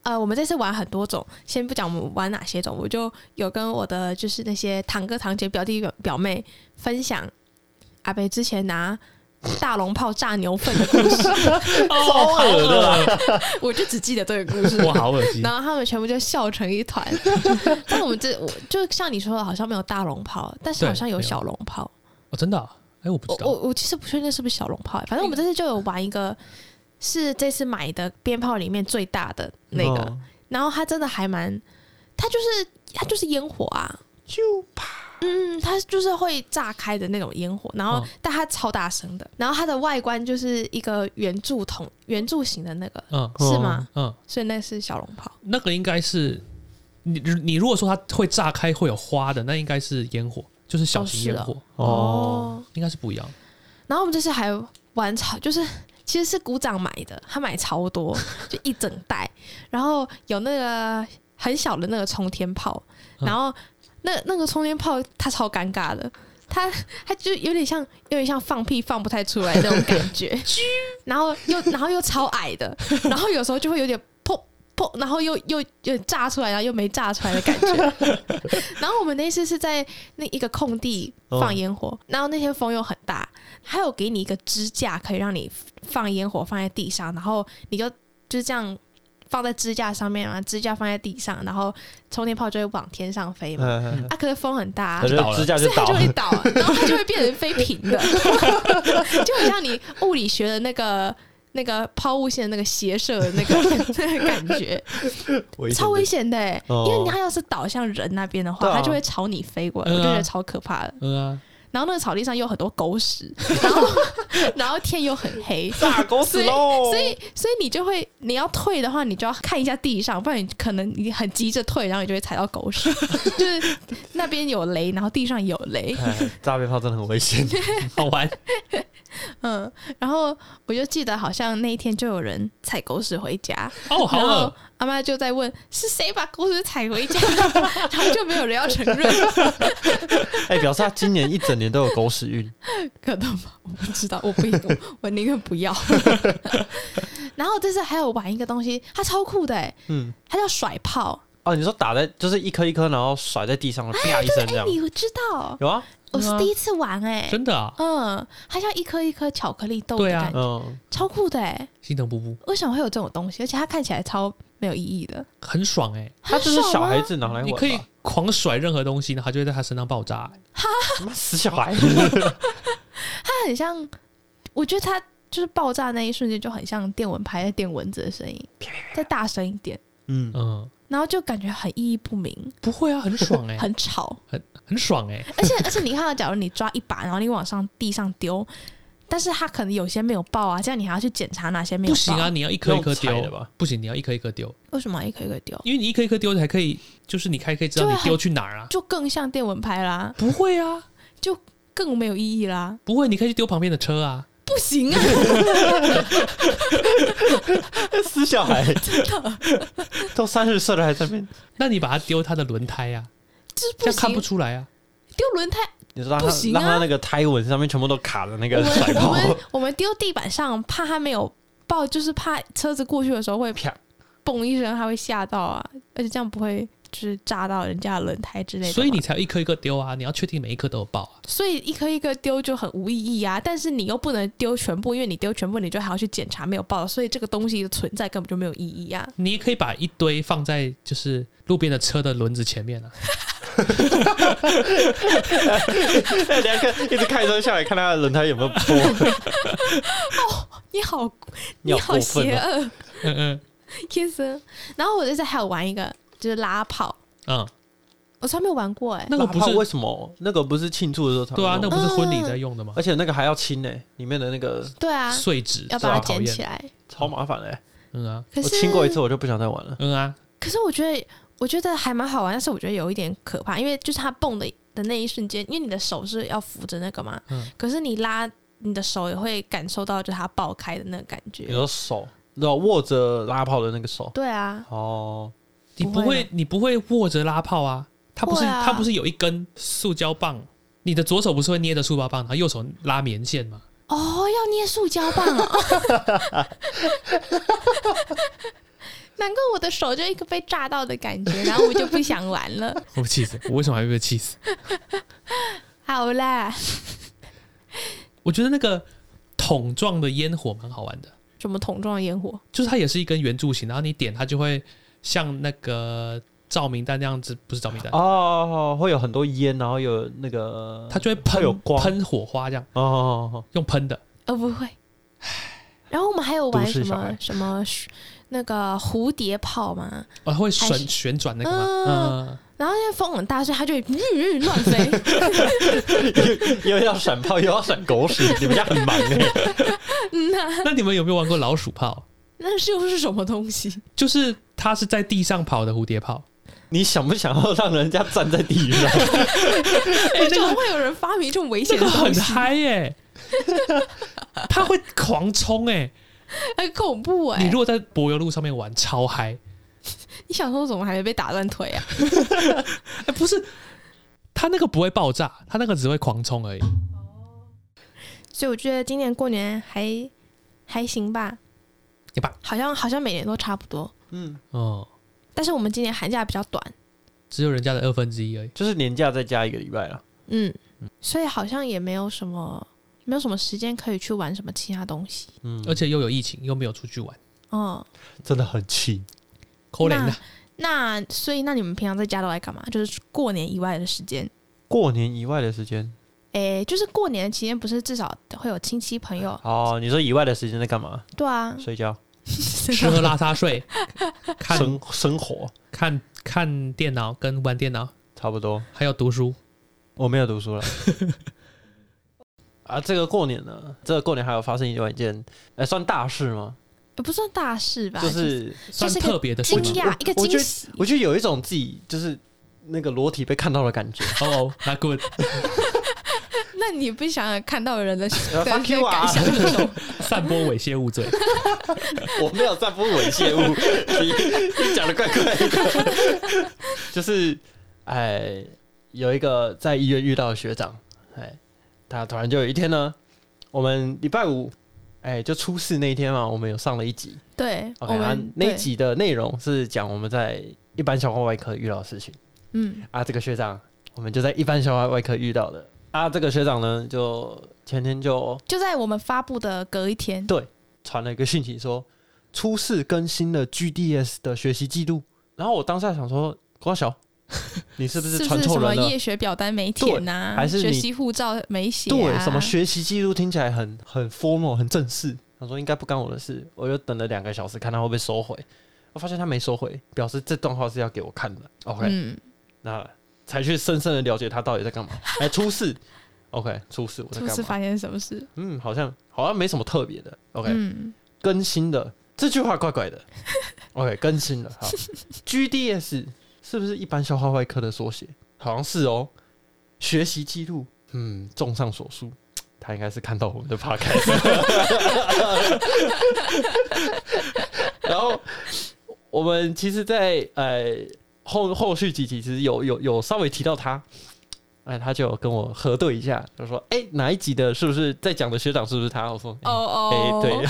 A: 呃，我们这次玩很多种，先不讲我们玩哪些种，我就有跟我的就是那些堂哥堂姐表弟表表妹分享阿北之前拿大龙炮炸牛粪的故
C: (laughs)
A: 事，
B: 超恶的啊，
A: 我就只记得这个故事。
C: (laughs) 哇，好恶心！
A: 然后他们全部就笑成一团。 (laughs) 但我们这我就像你说的，好像没有大龙炮，但是
C: 对
A: 好像有
C: 没有
A: 小龙炮。
C: 哦，真的啊？哎，我不
A: 我
C: 知道
A: 我。我其实不确定是不是小龙炮、反正我们这次就有玩一个，是这次买的鞭炮里面最大的那个，
B: 嗯
A: 然后它真的还蛮，它就是它就是烟火啊，就啪，嗯，它就是会炸开的那种烟火，然后、
C: 嗯
A: 但它超大声的，然后它的外观就是一个圆柱筒圆柱形的那个，
C: 嗯
A: 是吗？
C: 嗯，
A: 所以那是小龙炮。
C: 那个应该是你你如果说它会炸开会有花的，那应该是烟火，就是小型
A: 哦
C: 烟火，
B: 哦，
C: 应该是不一样的。
A: 然后我们这次还玩超，就是其实是鼓掌买的，他买超多，就一整袋，然后有那个很小的那个冲天炮，
C: 嗯
A: 然后那那个冲天炮它超尴尬的。它它就有点像，有点像放屁放不太出来那种感觉，然后又然后又超矮的，然后有时候就会有点砰砰，然后又又又炸出来，然后又没炸出来的感觉。然后我们那次是在那一个空地放烟火，然后那天风又很大，还有给你一个支架，可以让你放烟火放在地上，然后你就就是这样放在支架上面，然后支架放在地上，然后充电炮就会往天上飞嘛。
B: 嗯，
A: 啊，可是风很大、啊
B: 那，
C: 就倒
B: 就
C: 了
B: 支架
A: 所以它
B: 倒
A: 就会
B: 了，
A: 倒啊，然后它就会变成飞平
B: (laughs)
A: 的，就很像你物理学的那个那个抛物线的那个斜射的那
B: (laughs)
A: 个那个感觉，
B: 危险的
A: 超危险的欸、
B: 哦
A: 因为它要是倒向人那边的话，
B: 对啊
A: 它就会朝你飞过来，
C: 嗯啊
A: 我就觉得超可怕的。
C: 嗯啊，
A: 然后那个草地上又有很多狗屎，然后 (laughs) 然后天又很黑，
B: 炸狗
A: 所
B: 死
A: 以
B: 喽！
A: 所以所以你就会你要退的话，你就要看一下地上，不然你可能你很急着退，然后你就会踩到狗屎，就是那边有雷，然后地上有雷，
B: 哎炸鞭炮真的很危险，
C: 好
A: (laughs)
C: 玩。
A: 嗯，然后我就记得好像那一天就有人踩狗屎回家，
C: 哦，好
A: 然后
C: 恶。
A: 阿妈就在问是谁把狗屎踩回家，然后就没有人要承认，
B: 哎，表示他今年一整年都有狗屎运，
A: 可能吧，我不知道，我不，我我宁愿不要。然后这次还有玩一个东西，它超酷的、欸，
B: 嗯。
A: 它叫甩炮，
B: 哦，你说打在就是一颗一颗，然后甩在地上，啪一声这样，
A: 哎你知道，
B: 有啊，
A: 我是第一次玩哎、
C: 真的啊，
A: 嗯，它像一颗一颗巧克力豆的
C: 对啊
A: 感觉，
B: 嗯，
A: 超酷的哎、欸！
C: 心疼布布，
A: 为什么会有这种东西？而且它看起来超没有意义的，
C: 很爽哎！
B: 他就是
A: 很爽
B: 小
A: 啊
B: 孩子拿哎来玩吧，
C: 你可以狂甩任何东西，然后它就会在他身上爆炸欸。
B: 妈死小孩，
A: 它很像，我觉得它就是爆炸那一瞬间就很像电蚊拍在电蚊子的声音，再大声一点。
B: (laughs) 嗯，
C: 嗯，
A: 然后就感觉很意义不明，
C: 不会啊，
A: (laughs)
C: 很爽哎、
A: 很吵。
C: 很爽哎、
A: 而
C: (laughs)
A: 且而且你看到，假如你抓一把，然后你往上地上丢，但是它可能有些没有爆啊，这样你还要去检查哪些没有
C: 不
A: 爆。
C: 行啊，你要一颗一颗
B: 用踩的
C: 丢
B: 吧，
C: 不行，你要一颗一颗丢，
A: 为什么要一颗一颗丢？
C: 因为你一颗一颗丢才可以，就是你还可以知道
A: 就
C: 你
A: 会很
C: 丢去哪儿啊。
A: 就更像电蚊拍啦，
C: 不会啊，
A: 更没有意义啦。
C: 不会，你可以去丢旁边的车啊。
A: 不行啊，
B: (laughs)
C: (laughs)
B: 死小孩， (laughs) 都三十岁了还在那边，
C: 那你把它丢它的轮胎啊，
A: 就是
C: 这
A: 不
C: 样看不
A: 行。
C: 出来啊。
A: 丢轮胎，
B: 你说让
A: 不
B: 他
A: 行啊
B: 让他那个胎纹上面全部都卡着那
A: 我
B: 个甩
A: 们我
B: 炮，
A: 们我们丢地板上，怕它没有爆，就是怕车子过去的时候会
B: 啪，
A: 嘣一声，它会吓到啊，而且这样不会就是炸到人家的轮胎之类的嘛。
C: 所以你才一颗一颗丢啊，你要确定每一颗都有爆啊。
A: 所以一颗一颗丢就很无意义啊，但是你又不能丢全部，因为你丢全部，你就还要去检查没有爆，所以这个东西的存在根本就没有意义啊。
C: 你也可以把一堆放在就是路边的车的轮子前面啊，
B: (laughs) 哎，等一下看一直开车下来看他的轮胎有没有破，
A: 你好，你
B: 你好
A: 好
B: 过分
A: 邪
B: 哦
A: 恶，
C: (laughs) 嗯嗯
A: 天生。然后我这次还有玩一个，就是拉炮，
C: 嗯，
A: 我从来没有玩过哎、
C: 那个不
B: 拉炮为
C: 是
B: 什么？那个不是庆祝的时候才
C: 对啊，那
B: 用
C: 个
B: 吗
C: 不是婚礼在用的吗？
B: 而且那个还要清呢，里面的那个
A: 对嗯啊，
C: 碎纸
A: 要把它
C: 最讨
A: 捡起
C: 厌，
A: 来。
B: 超麻烦哎，
C: 嗯啊
A: 可
B: 我
A: 是
B: 清过一次我就不想再玩了。
C: 嗯啊，
A: 可是我觉得，我觉得还蛮好玩，但是我觉得有一点可怕，因为就是它蹦的的那一瞬间，因为你的手是要扶着那个嘛，
C: 嗯
A: 可是你拉你的手也会感受到就它爆开的那个感
B: 你
A: 觉。
B: 说手，然后握着拉炮的那个手，
A: 对啊，
B: 哦，
C: 你不
A: 不会
C: 会
A: 啊
C: 你不会握着拉炮啊，它不是
A: 会啊
C: 它不是有一根塑胶棒，你的左手不是会捏着塑胶棒，然后右手拉棉线吗？
A: 哦，要捏塑胶棒哦。 (laughs) 难怪我的手就一个被炸到的感觉，然后我就不想玩了。
C: (laughs) 我被气死，我为什么还会被气死？
A: 好啦，
C: 我觉得那个桶状的烟火蛮好玩的，
A: 什么桶状烟火？
C: 就是它也是一根圆柱形，然后你点它就会像那个照明弹那样子，不是照明弹，
B: 哦，会有很多烟，然后有那个，
C: 它就会
B: 会
C: 喷
B: 有光
C: 喷火花这样，
B: 哦哦，哦
C: 用喷的。
A: 呃，不会。 (sighs) 然后我们还有玩
B: 都市
A: 什
B: 小孩
A: 么什么那个蝴蝶炮嘛，
C: 哦，它会
A: 还
C: 旋
A: 是
C: 旋转那个吗？
A: 嗯
C: 嗯，
A: 然后因为风很大，所以它就会嗯嗯乱飞。 (laughs)
B: 哦 (laughs) 又要闪炮，又要闪狗屎，你们家很忙 (laughs) 哎，
A: 嗯啊，
C: 那你们有没有玩过老鼠炮？ (laughs)
A: 那是又是什么东西？
C: 就是它是在地上跑的蝴蝶炮，
B: 你想不想要让人家站在地啊上？
C: 哎
A: 为什么会有人发明这种危
C: 这
A: 险
C: 个
A: 的
C: 很
A: 东西？
C: 嗨耶、它会狂冲哎、
A: 很恐怖 (laughs) 哎、
C: 你如果在柏油路上面玩，超嗨！
A: 你想说怎么还没被打断腿啊？
C: 哎、不是，它那个不会爆炸，它那个只会狂冲而已。
A: 所以我觉得今年过年还还行吧，
C: 也罢，
A: 好像好像每年都差不多，
B: (laughs) 嗯，
C: 哦、
A: 但是我们今年寒假比较短，
C: 只有人家的二分之一而已。
B: 就是年假再加一个礼拜啊了。
A: 嗯，所以好像也没有什么没有什么时间可以去玩什么其他东西，
B: 嗯，
C: 而且又有疫情，又没有出去玩，
A: 哦、
B: 真的很气。
C: 可怜的
A: 那。那所以那你们平常在家都在干嘛？就是过年以外的时间，
B: 过年以外的时间，
A: 诶，就是过年期间不是至少会有亲戚朋友，
B: 哦，你说以外的时间在干嘛？
A: 对啊，
B: 睡觉、
C: (laughs) 吃喝拉撒 (laughs) 睡，看
B: 生生活，
C: 看看电脑跟玩电脑，
B: 差不多。
C: 还有读书。
B: 我没有读 (laughs) 书了。啊，这个过年呢，这个过年还有发生另外一件，呃，算大事吗？
A: 也不算大事吧，
B: 就是
C: 算
A: 啊就是一个
C: 特别的事
A: 惊
C: 情
A: 讶一个
B: 我觉
A: 惊
B: 得
A: 喜，
B: 我就有一种自己就是那个裸体被看到的感觉。
C: 哦哦，那 (laughs) good，
A: 那你不想想看到的人
B: (laughs)
A: 的
B: 呃
A: 的那
B: fuck
A: 个
B: you 啊
A: 感想是什么？
C: 散播猥亵物罪。
B: (laughs) 我没有在不猥
A: (laughs)
B: 亵物，你你讲的怪怪的，就是哎，有一个在医院遇到的学长，哎，他突然就有一天呢，我们礼拜五，哎，就初四那一天嘛，我们有上了一集
A: 对，我
B: ，OK，啊
A: 们
B: 那一
A: 对
B: 集的内容是讲我们在一般小儿外科遇到的事情
A: 嗯，
B: 啊，这个学长，我们就在一般小儿外科遇到的啊，这个学长呢，就前天就
A: 就在我们发布的隔一天，
B: 对传了一个讯息说，初试更新了 GDS 的学习记录。然后我当下想说，
A: (laughs)
B: 郭晓，你是不
A: 是
B: 是
A: 不
B: 传
A: 是什
B: 错
A: 么
B: 人了？
A: 夜学表单没填呐、啊？
B: 还是你
A: 学习护照没写、啊？
B: 对，什么学习记录听起来很很 formal，很正式。他说应该不干我的事，我就等了两个小时，看他会不会收回。我发现他没收回，表示这段话是要给我看的。OK，、
A: 嗯，
B: 那才去深深的了解他到底在干嘛。哎、出事，OK，出事我在
A: 初
B: 干
A: 次
B: 嘛？
A: 发现什么事
B: 嗯，好像好像没什么特别的。OK，、
A: 嗯，
B: 更新的这句话怪怪的。OK，更新了。好，GDS 是不是一般消化外科的缩写？好像是哦。学习记录，嗯，综上所述，他应该是看到我们的 podcast。然后我们其实在，呃后后续几集其实有有有稍微提到他。哎，他就有跟我核对一下，就说：“哎、哪一集的是不是在讲的学长是不是他？”我说：“哎
A: 哦
B: 哎、
A: 哦，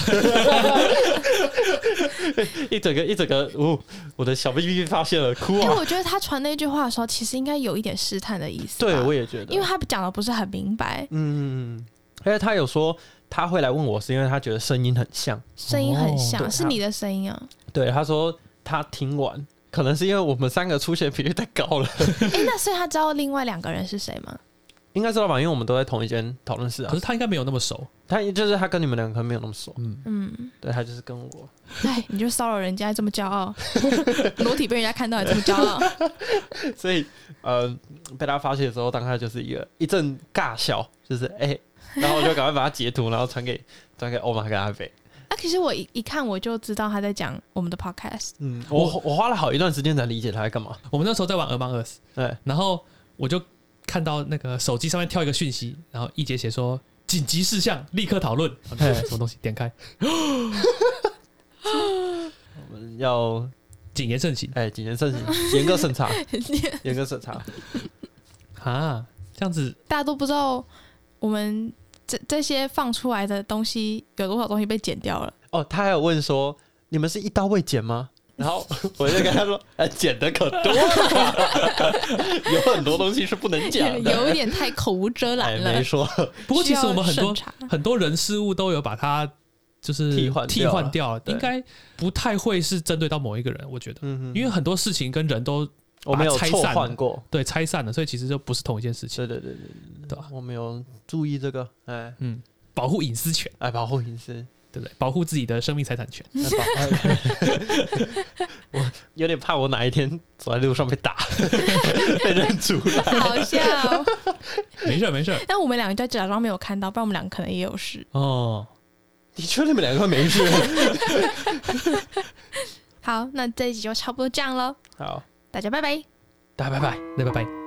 B: 对，
A: (laughs)
B: 一整个一整个，哦，我的小 baby 发现了，哭
A: 因为
B: 啊！
A: 我觉得他传那句话的时候，其实应该有一点试探的意思吧。
B: 对，我也觉得，
A: 因为他讲的不是很明白，
B: 嗯，而且他有说他会来问我，是因为他觉得声音很像。
A: 声音很
C: 哦
A: 像，
B: 对
A: 是
B: 他
A: 你的声
C: (laughs)
A: 音啊。
B: 对，他说他听完，可能是因为我们三个出现频率太高了， (laughs)
A: 哎、那所以他知道另外两个人是谁吗？
C: (laughs)
B: 应该知道吧？因为我们都在同一间讨论室
C: 可
B: 啊
C: 是。他应该没有那么熟，
B: 他就是他跟你们两个可能没有那么熟，
C: 嗯，
A: 嗯，
B: 对他就是跟我。
A: 哎，你就骚扰人家这么骄
C: (laughs)
A: 傲，裸体被人家看到也这么骄傲，
B: 所以呃，被他发现的时候，当下就是一个一阵尬笑，就是哎、然后我就赶快把它截图，然后传给 (laughs) 传给欧玛跟阿北。
A: 啊，可是我一一看我就知道他在讲我们的
C: (laughs)
A: podcast，
B: 嗯，我我花了好一段时间才理解他在干嘛。
C: 我们那时候在玩《Among Us》，
B: 对，
C: 然后我就看到那个手机上面跳一个讯息，然后一节写说紧急事项，立刻讨论，我就说什么东西？点开，
B: 我们要
C: 谨言慎行
B: 哎谨言
C: (laughs)
B: 慎行，严格审查，严格审查。
C: 啊，这样子
A: 大家都不知道我们这这些放出来的东西有多少东西被剪掉了。
B: 哦，他还有问说，你们是一刀未剪吗？然后 (laughs) 我就跟他说，哎，剪的可多了， (laughs) 有很多东西是不能讲的。
A: (laughs) 有一点太口无遮
B: 哎，
A: 拦了。
B: 没说，
C: 不过其实我们很多
A: 需要审查
C: (laughs) 很多人事物都有把它就是
B: 替换掉
C: 替换掉了，
B: 对
C: 应该不太会是针对到某一个人，我觉得，
B: 嗯
C: 因
B: 为
C: 为很多事情跟人都
B: 我没有
C: 把它拆
B: 错
C: 散
B: 换
C: 了
B: 过。
C: 对拆散了，所以其实就不是同一件事情，
B: 对对对对
C: 对啊吧？
B: 我没有注意这个，哎
C: 嗯，保护隐私权，
B: 哎，保护隐 (laughs) 私，
C: 对不对？保护自己的生命财产权，
B: 哎保 (laughs) 我有点怕我哪一天走在路上被打， (laughs) 被认出来。
A: 好笑
C: (laughs)
A: 哦， (laughs)
B: 嗯
C: 没事儿没事儿
A: 但我们两个就假装没有看到，不然我们两个可能也有事。
C: 哦。
B: 你确定你们两个没事？
A: 好，那这一集就差不多这样喽，
B: (laughs) 好，
A: 大家拜拜。
B: 大家拜拜。
C: 那拜拜。